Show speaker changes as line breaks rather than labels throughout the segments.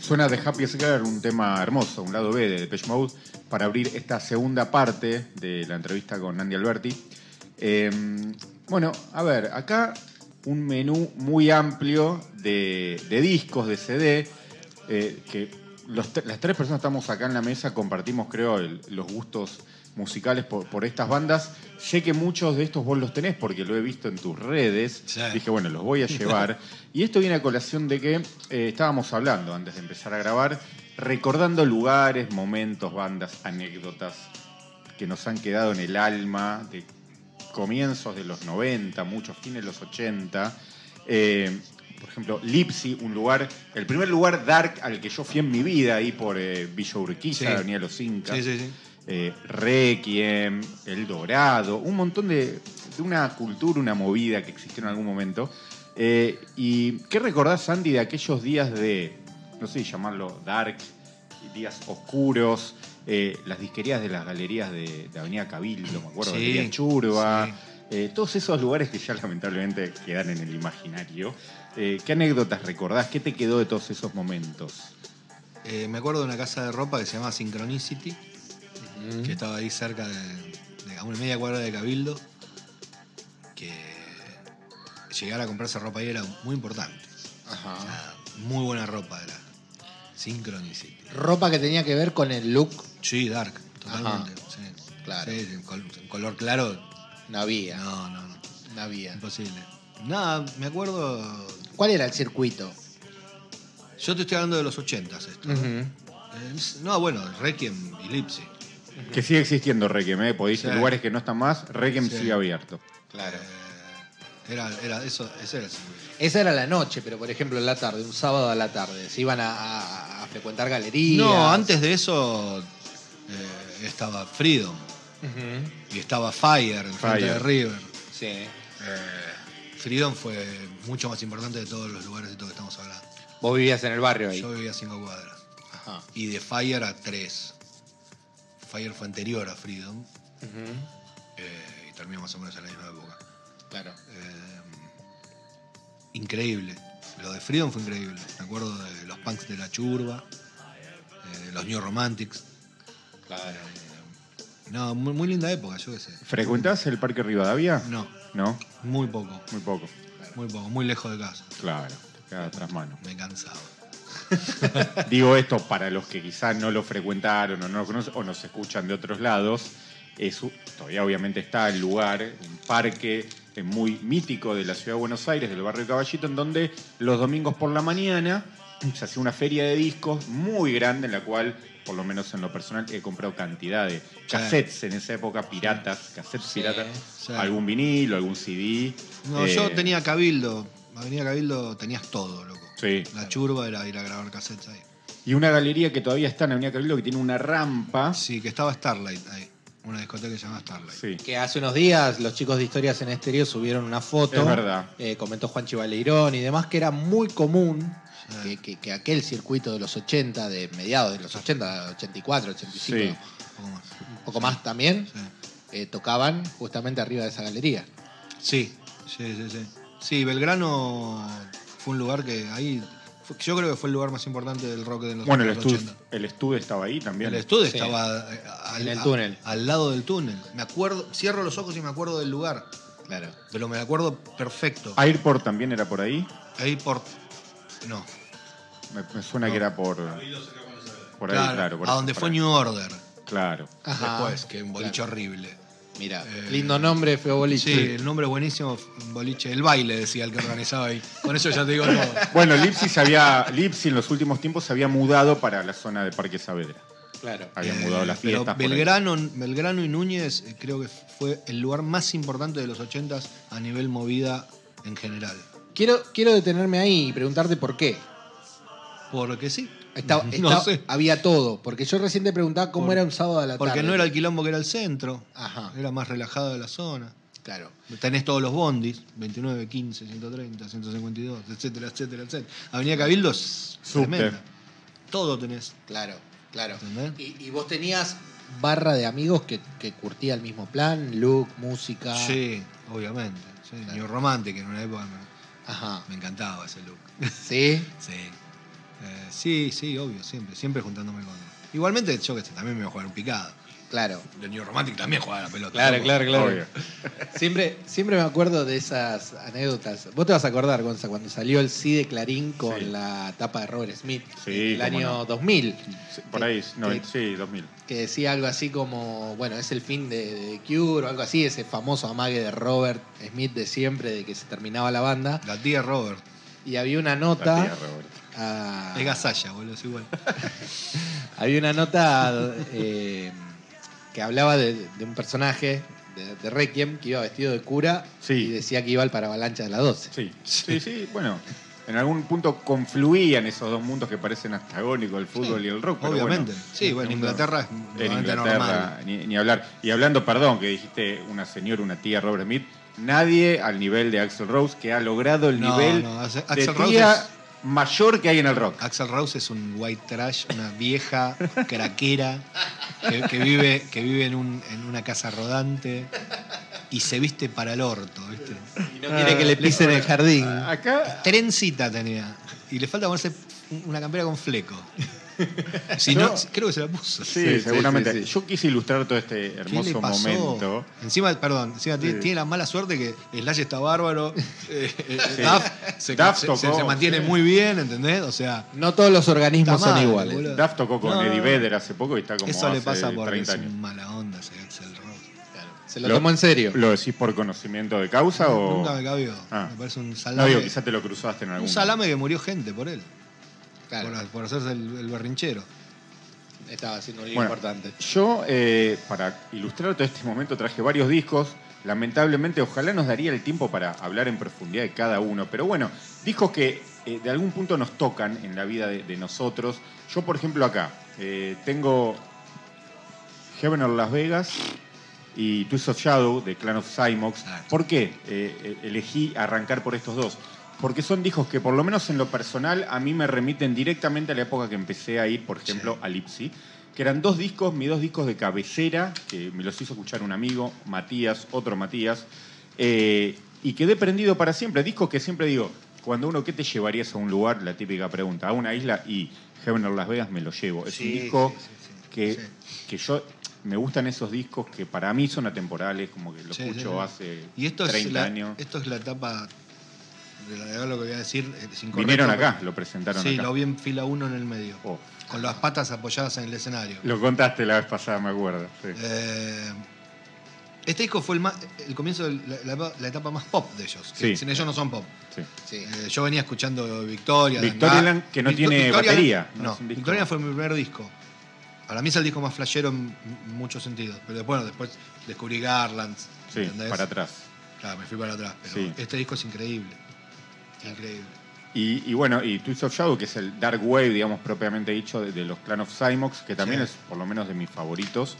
Suena The Happiest Girl, un tema hermoso, un lado B de Depeche Mode, para abrir esta segunda parte de la entrevista con Andy Alberti. Eh, bueno, a ver, acá un menú muy amplio de, de discos, de CD, eh, que los tre- las tres personas que estamos acá en la mesa compartimos, creo, el- los gustos musicales por, por estas bandas. Sé que muchos de estos vos los tenés porque lo he visto en tus redes.
Sí.
Dije, bueno, los voy a llevar. y esto viene a colación de que eh, estábamos hablando antes de empezar a grabar, recordando lugares, momentos, bandas, anécdotas que nos han quedado en el alma de comienzos de los 90, muchos fines de los 80. Eh, por ejemplo, Lipsy, un lugar, el primer lugar dark al que yo fui en mi vida, ahí por eh, Villa Urquiza,
Sí.
Avenida Los Incas,
Sí, sí, sí.
eh, Requiem, El Dorado, un montón de, de una cultura, una movida que existió en algún momento. Eh, ¿Y qué recordás, Andy, de aquellos días de, no sé si llamarlo dark, días oscuros, eh, las disquerías de las galerías de, de Avenida Cabildo, me acuerdo,
Sí,
Galería Churba?
sí.
Eh, todos esos lugares que ya lamentablemente quedan en el imaginario. Eh, ¿Qué anécdotas recordás? ¿Qué te quedó de todos esos momentos?
Eh, me acuerdo de una casa de ropa que se llamaba Synchronicity, que estaba ahí cerca de, de- a una media cuadra de Cabildo, que llegar a comprarse ropa ahí era muy importante. O
Ajá.
sea, muy buena ropa era. Synchronicity.
Ropa que tenía que ver con el look
Sí, dark, totalmente. sí.
Claro.
Sí, sí, col- en color claro.
no había,
No, no, no.
no había.
Imposible. Nada, me acuerdo.
¿Cuál era el circuito?
Yo te estoy hablando de los 80 esto. Eh, No, bueno, Requiem y Lipsy.
Que sigue existiendo Requiem, ¿eh? Podéis
Sí.
lugares que no están más, Requiem
Sí.
sigue abierto.
Claro.
Era, era, eso, ese era el circuito.
Esa era la noche, pero por ejemplo en la tarde, un sábado a la tarde, se iban a, a- a frecuentar galerías.
No, antes de eso eh, estaba Freedom
Ujú.
y estaba Fire en frente
Fire.
de River.
Sí.
Eh, Freedom fue mucho más importante de todos los lugares de todo que estamos hablando.
Vos vivías en el barrio ahí.
Yo vivía a cinco cuadras.
Ajá.
Y de Fire a tres. Fire fue anterior a Freedom
Ujú.
eh, y terminó más o menos en la misma época.
Claro.
Eh, increíble. Lo de Freedom fue increíble. Me acuerdo de los punks de la churba, eh, de los New Romantics.
Claro.
Eh, No, muy, muy linda época, yo qué sé.
¿Frecuentás el Parque Rivadavia?
No,
No,
muy poco,
muy poco.
muy poco, muy lejos de casa.
Claro, te queda tras mano.
Me cansaba.
Digo esto para los que quizás no lo frecuentaron o no lo conocen o nos escuchan de otros lados. Es, u- todavía obviamente está el lugar, un parque eh, muy mítico de la ciudad de Buenos Aires, del barrio Caballito, en donde los domingos por la mañana se hacía una feria de discos muy grande en la cual, por lo menos en lo personal, he comprado cantidad de cassettes en esa época, piratas, cassettes
Sí,
piratas,
sí.
algún vinilo, algún CD.
No,
eh,
yo tenía Cabildo, Avenida Cabildo tenías todo, loco.
Sí.
La churba era ir a grabar cassettes ahí.
Y una galería que todavía está en Avenida Cabildo que tiene una rampa.
Sí, que estaba Starlight ahí, una discoteca que se llamaba Starlight.
Sí.
Que hace unos días los chicos de Historias en Estéreo subieron una foto.
Es verdad.
eh, comentó Juan Chivaleirón y demás que era muy común
Sí.
que, que- que aquel circuito de los 80, de mediados de los 80, 84, 85,
Sí.
Un poco más.
un poco más también,
Sí.
eh, tocaban justamente arriba de esa galería.
Sí, sí, sí, sí. Sí, Belgrano fue un lugar que ahí. fue- yo creo que fue el lugar más importante del rock de los
Bueno, el
los
estudio,
80.
el estudio estaba ahí también.
El estudio
Sí.
estaba eh, al,
En el
a-
túnel.
al lado del túnel. Me acuerdo, cierro los ojos y me acuerdo del lugar,
Claro.
pero me acuerdo perfecto.
Airport también era por ahí.
Ahí por no,
Me, me suena que era por. Por ahí,
claro,
claro. por
a
eso,
donde
por
fue
ahí.
New Order
Claro.
Ajá.
después, que un boliche horrible.
Mira,
Eh,
lindo nombre, feo boliche.
Sí, el nombre buenísimo, un boliche, el baile decía el que organizaba ahí. Con eso ya te digo todo.
Bueno, Lipsy, se había, Lipsy en los últimos tiempos se había mudado para la zona de Parque Saavedra.
Claro.
Había
Eh,
mudado las
pero
fiestas. por ahí.
Belgrano, Belgrano y Núñez eh, creo que fue el lugar más importante de los 80s a nivel movida en general.
Quiero, quiero detenerme ahí y preguntarte por qué.
Porque sí.
Estaba-
no
estaba-
sé.
Había todo, porque yo recién te preguntaba cómo
Por-
era un sábado a la tarde.
Porque no era el quilombo que era el centro.
Ajá,
Era más relajada la zona.
claro.
Tenés todos los bondis, 29, 15, 130, 152, etcétera, etcétera, etcétera. Avenida Cabildo es
Subte.
tremenda. Todo tenés.
Claro, claro.
¿Entendés?
Y, y vos tenías barra de amigos que, que curtía el mismo plan, look, música.
Sí, obviamente. Sí.
Claro.
New Romantic en una época me,
Ajá.
me encantaba ese look.
Sí.
Sí. Eh, sí, sí, obvio, siempre, siempre juntándome con. Igualmente, yo que sé, también me voy a jugar un picado.
Claro.
De New Romantic también jugaba la pelota.
Claro,
loco.
claro, claro.
Obvio.
Siempre, siempre me acuerdo de esas anécdotas. Vos te vas a acordar, Gonza, cuando salió el sí de Clarín con
Sí.
la tapa de Robert Smith
Sí,
el
cómo
año
no.
2000,
Sí, Por ahí,
Sí.
no, sí, 2000.
que decía algo así como, bueno, es el fin de, de Cure o algo así, ese famoso amague de Robert Smith de siempre, de que se terminaba la banda.
La tía Robert.
Y había una
La
nota...
tía Robert.
ah,
Es Gasalla, boludo, es igual.
Había una nota eh, que hablaba de, de un personaje de, de Requiem que iba vestido de cura
Sí.
y decía que iba al paravalancha de la 12.
Sí, sí, sí, bueno. En algún punto confluían esos dos mundos que parecen antagónicos, el fútbol
Sí,
y el rock. pero
obviamente.
bueno,
Sí, bueno,
en este
Inglaterra es
En
bastante
Inglaterra,
normal.
ni, ni hablar. Y hablando, perdón, que dijiste una señora, una tía, Robert Smith, nadie al nivel de Axel Rose que ha logrado el
No,
nivel
no, Axl-
de
Axl Rose
tía
es-
mayor que hay en el rock.
Axel Rose es un white trash, una vieja craquera que, que vive, que vive en, un- en una casa rodante y se viste para el orto, ¿viste?
Y no quiere que le pisen Ah, el jardín.
Acá,
Trencita tenía. Y le falta ponerse un- una campera con fleco. Si
No.
no, creo que se la puso.
sí,
sí,
seguramente.
sí, sí.
Yo quise ilustrar todo este
¿Qué le
hermoso
pasó?
momento.
Encima, perdón, encima tiene,
Sí.
tiene la mala suerte que Slash está bárbaro, eh, eh,
Sí.
Duff se,
Duff
se-
tocó,
se- se mantiene
sí.
muy bien, ¿entendés? O sea,
No todos los organismos
Está mal,
son iguales.
boludo.
Duff tocó con
No,
Eddie
no.
Vedder hace poco y está como
eso le
hace
pasa porque
30
es
años.
un mala onda ese Axel Rose.
Se lo, tomó en serio.
¿Lo decís por conocimiento de causa o...?
Nunca me cabió.
Ah.
Me parece un
No,
salame.
digo, quizá te lo cruzaste en algún
un salame que murió gente por él,
Claro,
por, por hacerse el, el berrinchero.
estaba haciendo algo
Bueno.
importante.
Yo, eh, para ilustrar todo este momento, traje varios discos. Lamentablemente, ojalá nos daría el tiempo para hablar en profundidad de cada uno. Pero bueno, discos que eh, de algún punto nos tocan en la vida de, de nosotros. Yo, por ejemplo, acá eh, tengo Heaven or Las Vegas y Twist of Shadow de Clan of Cymox.
Claro.
¿Por qué eh, eh, elegí arrancar por estos dos? Porque son discos que, por lo menos en lo personal, a mí me remiten directamente a la época que empecé a ir, por ejemplo, a Lipsy, que eran dos discos, mis dos discos de cabecera, que me los hizo escuchar un amigo, Matías, otro Matías, eh, y quedé prendido para siempre. Discos que siempre digo, cuando uno, ¿qué te llevarías a un lugar? La típica pregunta, a una isla y Heaven or Las Vegas me lo llevo. Pues Es un
Sí,
disco
sí, sí, sí.
que,
Sí.
que yo me gustan esos discos que para mí son atemporales, como que lo
Sí, sí,
escucho
sí.
hace
Y esto
30
es la,
años.
Esto es la etapa de la de lo que voy a decir. eh, es incorrecto,
Vinieron acá,
pero-
lo presentaron
Sí,
acá.
lo vi en fila uno en el medio.
Oh,
Con las patas apoyadas en el escenario.
lo contaste la vez pasada, me acuerdo. sí.
Eh, este disco fue el, más- el comienzo de la, la- la etapa más pop de ellos. que
Sí.
Sin ellos no son pop.
Sí.
Sí.
Eh, yo venía escuchando Victoria.
Victorialand,
Dangá.
que no
Victo-
tiene batería, ¿no?
No,
Es un disco-
Victoria fue mi primer disco. Para mí es el disco más flashero en m- muchos sentidos. Pero bueno, después descubrí Garland.
Sí, para atrás.
Claro, me fui para atrás. Pero
Sí.
este disco es increíble. Increíble.
Y, y bueno, y Twist of Shadow, que es el Dark Wave, digamos, propiamente dicho, de, de los Clan of Cymox, que también
Sí.
es por lo menos de mis favoritos.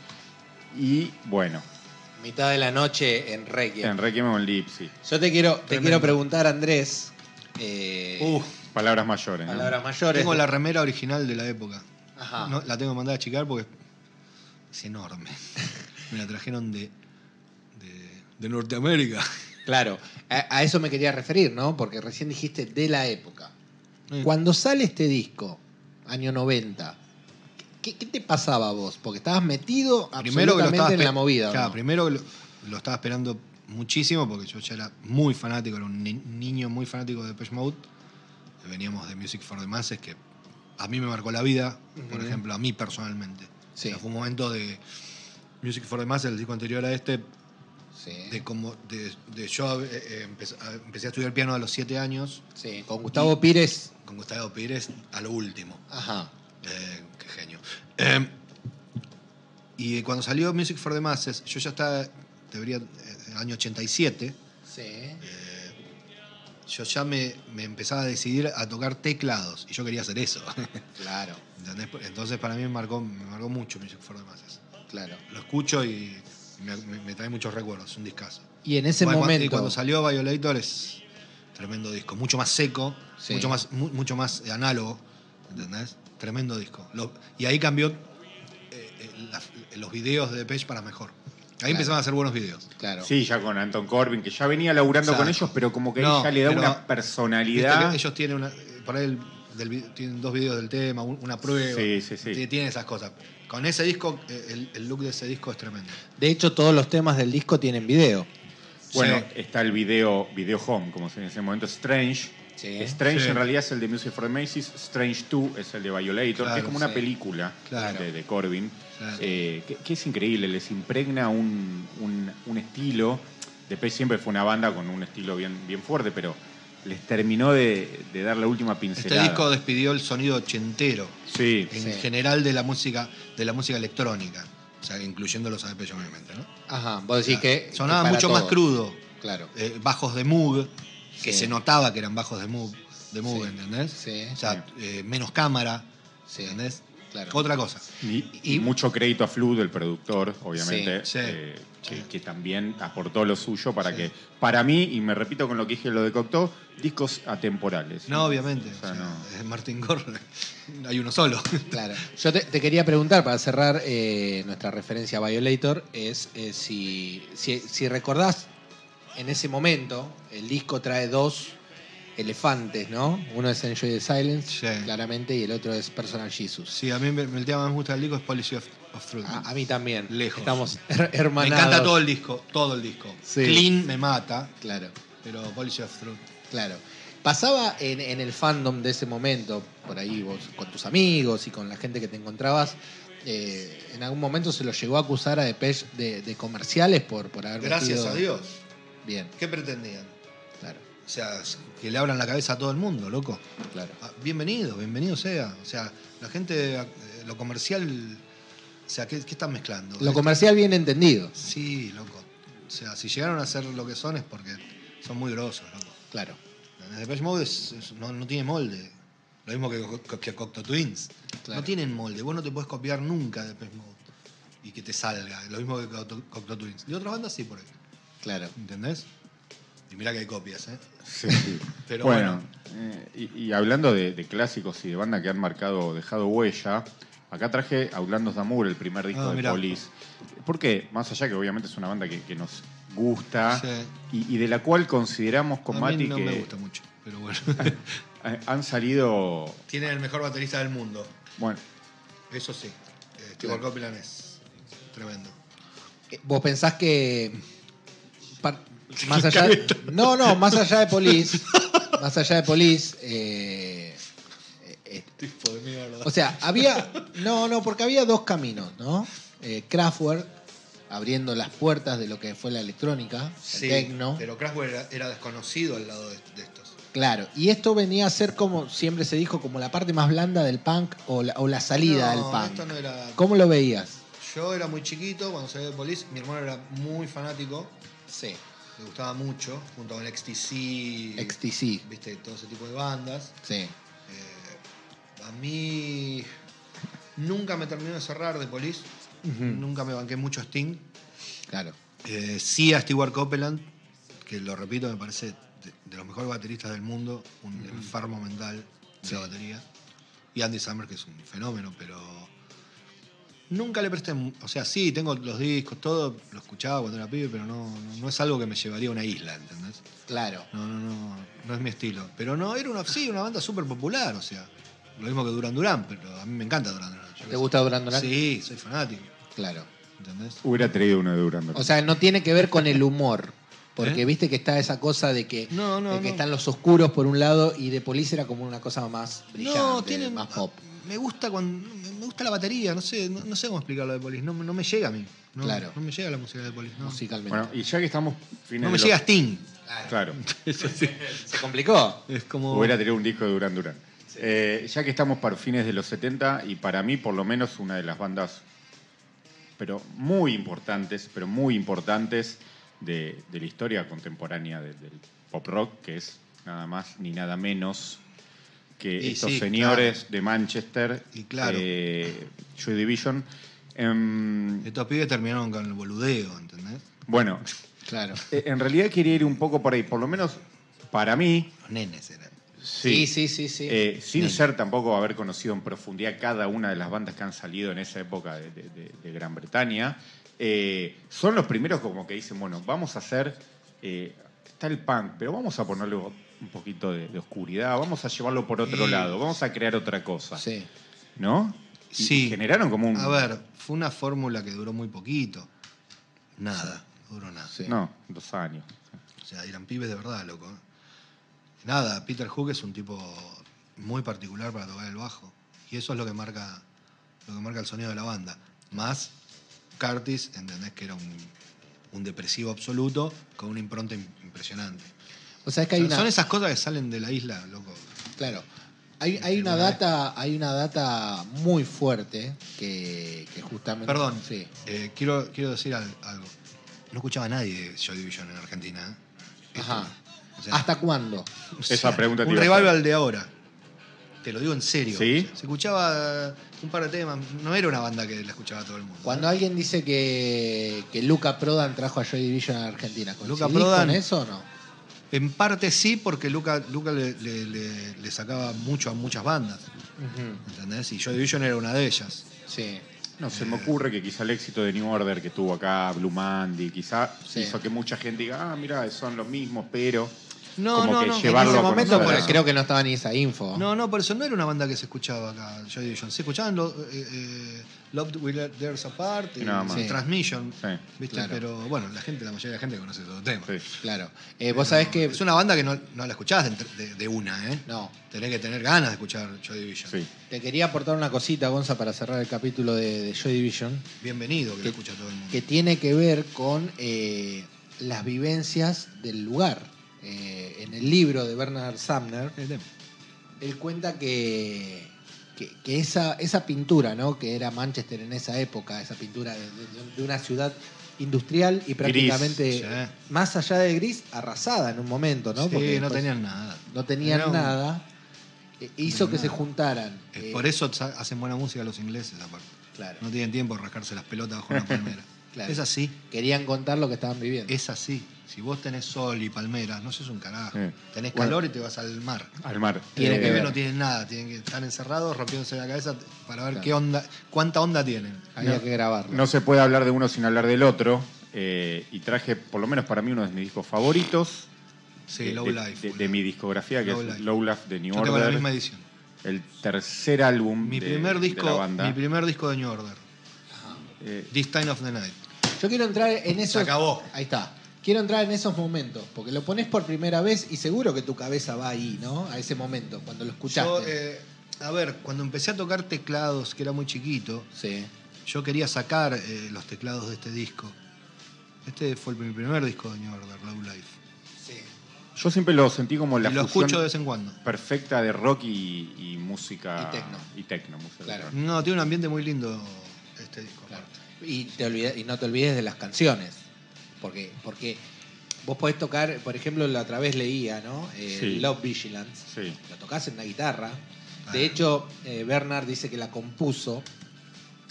Y bueno,
Mitad de la noche en Requiem.
en Requiem on Lipsy.
Yo te quiero, te
Tremendo.
quiero preguntar, Andrés, eh,
Uh,
Palabras mayores. ¿no?
palabras mayores. Ah.
tengo la remera original de la época.
Ajá.
No, la tengo mandada a chicar porque es enorme. Me la trajeron de, de, de Norteamérica.
Claro, a, a eso me quería referir, ¿no? Porque recién dijiste de la época.
Sí.
Cuando sale este disco, año 90, ¿qué, qué te pasaba a vos? Porque estabas metido
Primero que lo
absolutamente
estaba
en la
espe-
movida. ¿o
Claro,
no?
primero lo, lo estaba esperando muchísimo porque yo ya era muy fanático, era un ni- niño muy fanático de Depeche Mode. Veníamos de Music for the Masses que a mí me marcó la vida, por
Ujú.
ejemplo, a mí personalmente.
Sí.
O sea, fue un momento de Music for the Masses, el disco anterior a este,
Sí.
de como de, de yo eh, eh, empecé, a- empecé a estudiar piano a los 7 años
Sí, con Gustavo Pires.
con Gustavo Pires a lo último.
Ajá.
Eh, qué genio. Eh, y eh, cuando salió Music for the Masses, yo ya estaba, debería, eh, en el año 87,
Sí.
yo ya me, me empezaba a decidir a tocar teclados y yo quería hacer eso.
Claro,
¿entendés? Entonces para mí me marcó, me marcó mucho Music for the Masses.
claro.
Lo escucho y me, me- me trae muchos recuerdos, es un discazo.
Y en ese
Bueno, cu-
momento.
Y cuando salió Violator es tremendo disco, mucho más seco,
Sí.
mucho más, mu- mucho más eh, análogo, ¿entendés? Tremendo disco. Lo- y ahí cambió eh, eh, la- los videos de Depeche para mejor. Ahí empezaron a hacer buenos videos.
Claro.
Sí, ya con Anton Corbin, que ya venía laburando
Exacto.
con ellos, pero como que ahí
No,
ya le da
pero-
una
Viste
personalidad.
que ellos tienen una. eh, Por ahí el- del vi- tienen dos videos del tema, un- una prueba.
Sí, sí, sí.
Ti- Tienen esas cosas. Con ese disco, eh, el, el look de ese disco es tremendo.
De hecho, todos los temas del disco tienen video.
Bueno,
Sí.
está el video, video home, como se dice en ese momento, Strange.
Sí.
Strange
Sí.
en realidad es el de Music for the Macy's, Strange 2 es el de Violator, que es
Claro,
como una
sí.
película
Claro.
de, de Corbin,
Claro.
eh, que, que es increíble, les impregna un, un- un estilo. Después siempre fue una banda con un estilo bien, bien fuerte, pero les terminó de, de dar la última
Este
pincelada.
disco despidió el sonido ochentero
Sí,
en
Sí.
general de la música de la música electrónica, o sea, incluyendo los Depeche obviamente, ¿no?
Ajá, vos decís que. que
sonaba
para
mucho más
todo.
crudo,
Claro.
eh, bajos de Moog, que
Sí.
se notaba que eran bajos de Moog, de Moog,
Sí.
¿entendés?
Sí.
O sea, eh, menos cámara,
Sí.
¿entendés?
Claro.
Otra cosa.
y,
y-
y mucho crédito a Flu, el productor, obviamente,
Sí, sí,
eh, que,
sí.
que también aportó lo suyo para
Sí.
que, para mí, y me repito con lo que dije, lo de Cocteau, discos atemporales.
No, obviamente.
O sea,
o sea,
no.
eh, Martin Gore, hay uno solo.
Claro. Yo te, te quería preguntar, para cerrar eh, nuestra referencia a Violator, es eh, si, si, si recordás en ese momento, el disco trae dos elefantes, ¿no? Uno es Enjoy the Silence,
Sí.
claramente, y el otro es Personal Jesus.
Sí, a mí me- el tema que más me gusta del disco es Policy of, of Truth.
A, a mí también.
Lejos.
Estamos her-
me
hermanados.
encanta todo el disco, todo el disco.
Sí.
Clean me mata,
Claro,
pero Policy of Truth.
claro. Pasaba en, en el fandom de ese momento, por ahí vos, con tus amigos y con la gente que te encontrabas, eh, en algún momento se lo llegó a acusar a Depeche de, de comerciales por, por haber
Gracias
metido-
a Dios.
Bien,
¿Qué pretendían?
claro,
O sea, que le abran la cabeza a todo el mundo, loco.
claro.
Ah, Bienvenido, bienvenido sea. O sea, la gente, eh, lo comercial, o sea, ¿qué, qué están mezclando?
Lo comercial bien entendido,
Sí, loco. O sea, si llegaron a ser lo que son es porque son muy grosos, loco.
claro.
¿Entendés? Depeche Mode es- es- no, no tiene molde. Lo mismo que, co- co- que Cocteau Twins.
Claro.
No tienen molde. Vos no te podés copiar nunca de Depeche Mode y que te salga. Lo mismo que Cocteau Cocteau Twins. De otras bandas sí, por ahí.
Claro.
¿Entendés? Y mirá que hay copias, ¿eh?
Sí, sí.
Pero
bueno, eh, y, y hablando de, de clásicos y de bandas que han marcado, dejado huella, acá traje Aulandos Damur, el primer disco
Ah,
de
mirá.
Police. ¿Por qué? Más allá que obviamente es una banda que, que nos gusta
Sí.
y, y de la cual consideramos con
a mí
Mati
no
que
me gusta mucho, pero bueno.
eh, han salido.
tienen el mejor baterista del mundo.
Bueno,
Eso sí. Eh, Stewart Copeland es tremendo.
Eh, ¿Vos pensás que par- más allá de- No, no, más allá de Police, más allá de Police, eh, eh, eh,
Tipo de mierda.
O sea, había. No, no, porque había dos caminos, ¿no? Eh, Kraftwerk abriendo las puertas de lo que fue la electrónica,
sí,
el techno.
pero Kraftwerk era, era desconocido al lado de, de estos.
Claro. Y esto venía a ser como siempre se dijo, como la parte más blanda del punk o la, o la salida
No,
del
esto
punk.
no era-
¿Cómo lo veías?
Yo era muy chiquito cuando salí de Police. Mi hermano era muy fanático.
Sí.
Le gustaba mucho. Junto con XTC.
XTC.
Viste, todo ese tipo de bandas.
Sí.
Eh, a mí nunca me terminó de cerrar de Police.
Mm.
Nunca me banqué mucho Sting.
Claro.
Eh, sí a Stewart Copeland, que lo repito, me parece de, de los mejores bateristas del mundo, un enfermo mental de
Sí.
la batería. Y Andy Summer, que es un fenómeno, pero nunca le presté. mu- O sea, sí, tengo los discos, todo, lo escuchaba cuando era pibe, pero no, no, no es algo que me llevaría a una isla, ¿entendés?
Claro.
No, no, no, no es mi estilo. Pero no, era una, sí, una banda súper popular, o sea. Lo mismo que Duran Duran, pero a mí me encanta Duran Duran. yo qué
¿Te
sé.
gusta Duran Duran?
Sí, soy fanático,
Claro.
¿entendés?
hubiera traído uno de Durando.
O sea, no tiene que ver con el humor. Porque
¿Eh?
viste que está esa cosa de que,
No, no,
de que
no.
están los oscuros por un lado y de Police era como una cosa más brillante,
tienen-
más pop.
Me gusta cuando me gusta la batería, no sé, no, no sé cómo explicarlo de Police, no, no me llega a mí. No,
Claro.
No me llega la música de Police, no.
musicalmente.
bueno, y ya que estamos fines
No me
de
llega
los-
Sting.
Claro.
¿Se complicó?
Es como
Hubiera tenido un disco de Duran Duran. Eh, ya que estamos para fines de los 70 y para mí por lo menos una de las bandas pero muy importantes, pero muy importantes de, de la historia contemporánea de- del pop rock, que es nada más ni nada menos que
Y
estos
sí,
señores de Manchester,
Y claro.
eh, Joy Division. Em,
estos pibes terminaron con el boludeo, ¿entendés?
bueno,
Claro.
eh, en realidad quería ir un poco por ahí, por lo menos para mí,
Los nenes eran.
Sí, sí, sí, sí.
Eh, sin
Bien.
ser tampoco haber conocido en profundidad cada una de las bandas que han salido en esa época de, de- de- de Gran Bretaña, eh, son los primeros como que dicen, bueno, vamos a hacer, eh, está el punk, pero vamos a ponerle un poquito de, de oscuridad, vamos a llevarlo por otro
Y-
lado, vamos a crear otra cosa,
Sí.
¿no? Y
Sí.
Generaron como un...
A ver, fue una fórmula que duró muy poquito. Nada, duró nada.
Sí.
No, dos años.
O sea, eran pibes de verdad, loco. ¿eh? Nada, Peter Hook es un tipo muy particular para tocar el bajo. Y eso es lo que marca, lo que marca el sonido de la banda. Más Curtis, entendés que era un, un depresivo absoluto con una impronta im- impresionante.
O sea, es que hay
Son-
una.
Son esas cosas que salen de la isla, loco.
Claro. Hay, hay una
Alguna vez.
data, hay una data muy fuerte que, que justamente.
Perdón,
Sí.
eh, quiero, quiero decir al- algo. No escuchaba a nadie de Joy Division en Argentina. ¿eh?
Ajá.
O sea,
¿Hasta cuándo?
O
Esa pregunta te
Un
iba a hacer.
revival al de ahora. Te lo digo en serio.
¿Sí?
Se escuchaba un par de temas. No era una banda que la escuchaba todo el mundo.
Cuando alguien dice que, que Luca Prodan trajo a Joy Division a Argentina, ¿coincidís
Luca Prodan-
con eso o no?
En parte sí, porque Luca, Luca le, le- le- le sacaba mucho a muchas bandas. ¿Entendés? Y Joy Division era una de ellas.
Sí.
No, se me ocurre que quizá el éxito de New Order que tuvo acá, Blue Mandy, quizá
Sí.
hizo que mucha gente diga, ah, mira, son los mismos, pero...
No,
Como
no,
que
no.
llevarlo
en ese
a
momento,
conocer,
por
¿no?
eso-
creo que no estaba ni esa info.
No, no, por eso no era una banda que se escuchaba acá, Joy Division. Se escuchaban los eh, eh, Love Will Let Theirs Apart,
Y nada más.
eh,
Sí.
Transmission.
Sí.
¿viste?
Claro.
Pero bueno, la gente, la mayoría de la gente conoce todo el tema.
sí.
Claro. Eh, vos sabés que.
Es una banda que no, no la escuchás de, entre- de- de una, ¿eh?
No.
Tenés que tener ganas de escuchar Joy Division.
Sí.
Te quería aportar una cosita, Gonza, para cerrar el capítulo de, de Joy Division,
Bienvenido, que
Que-
lo escucha todo el mundo.
que tiene que ver con eh, las vivencias del lugar. Eh, en el libro de Bernard Sumner, él cuenta que, que- que esa, esa pintura, ¿no? que era Manchester en esa época, esa pintura de, de- de una ciudad industrial y prácticamente
sí.
más allá de gris, arrasada en un momento, ¿no?
Sí,
Porque pues,
no
después
tenían nada.
no tenían
Era un-
nada, eh, hizo
no
que se
nada.
juntaran.
Es
eh,
por eso sa- hacen buena música los ingleses, aparte.
Claro.
No tienen tiempo de rascarse las pelotas bajo una palmera.
Claro.
Es así,
Querían contar lo que estaban viviendo.
es así. Si vos tenés sol y palmeras, no sos un carajo.
Sí. Bueno. Eh,
Tenés calor y te vas al mar.
Al mar.
Tiene
Los
que
pibes
ver.
no tienen nada, tienen que estar encerrados, rompiéndose la cabeza para ver
Claro.
qué onda, cuánta onda tienen.
Había
no.
que grabarlo.
No se puede hablar de uno sin hablar del otro. eh, y traje, por lo menos para mí, uno de mis discos favoritos. eh,
Sí,
de,
Low
de-
Life.
De, de mi discografía, que
Low
es
Life.
Low Life de New
Yo tengo la misma
Order.
edición.
El tercer álbum
Mi
de,
primer
de
disco,
la banda.
mi primer disco de New Order.
Eh,
This Time of the Night.
Yo quiero entrar en esos.
Se acabó.
Ahí está. Quiero entrar en esos momentos, porque lo pones por primera vez y seguro que tu cabeza va ahí, ¿no? A ese momento, cuando lo escuchaste.
Yo, eh, a ver, cuando empecé a tocar teclados, que era muy chiquito,
Sí.
yo quería sacar eh, los teclados de este disco. Este fue el- mi primer disco de New Order, Low Life.
Sí.
yo siempre lo sentí como la
y lo
fusión
escucho de vez en cuando.
perfecta de rock y, y música.
Y tecno.
Y tecno, música
Claro.
tecno.
No, tiene un ambiente muy lindo este disco.
Claro.
aparte.
Y, te olvida- y no te olvides de las canciones. Porque, porque vos podés tocar, por ejemplo, la otra vez leía, ¿no? Eh,
Sí.
Love Vigilance.
Sí.
Lo tocás en la guitarra.
Ah.
De hecho, eh, Bernard dice que la compuso.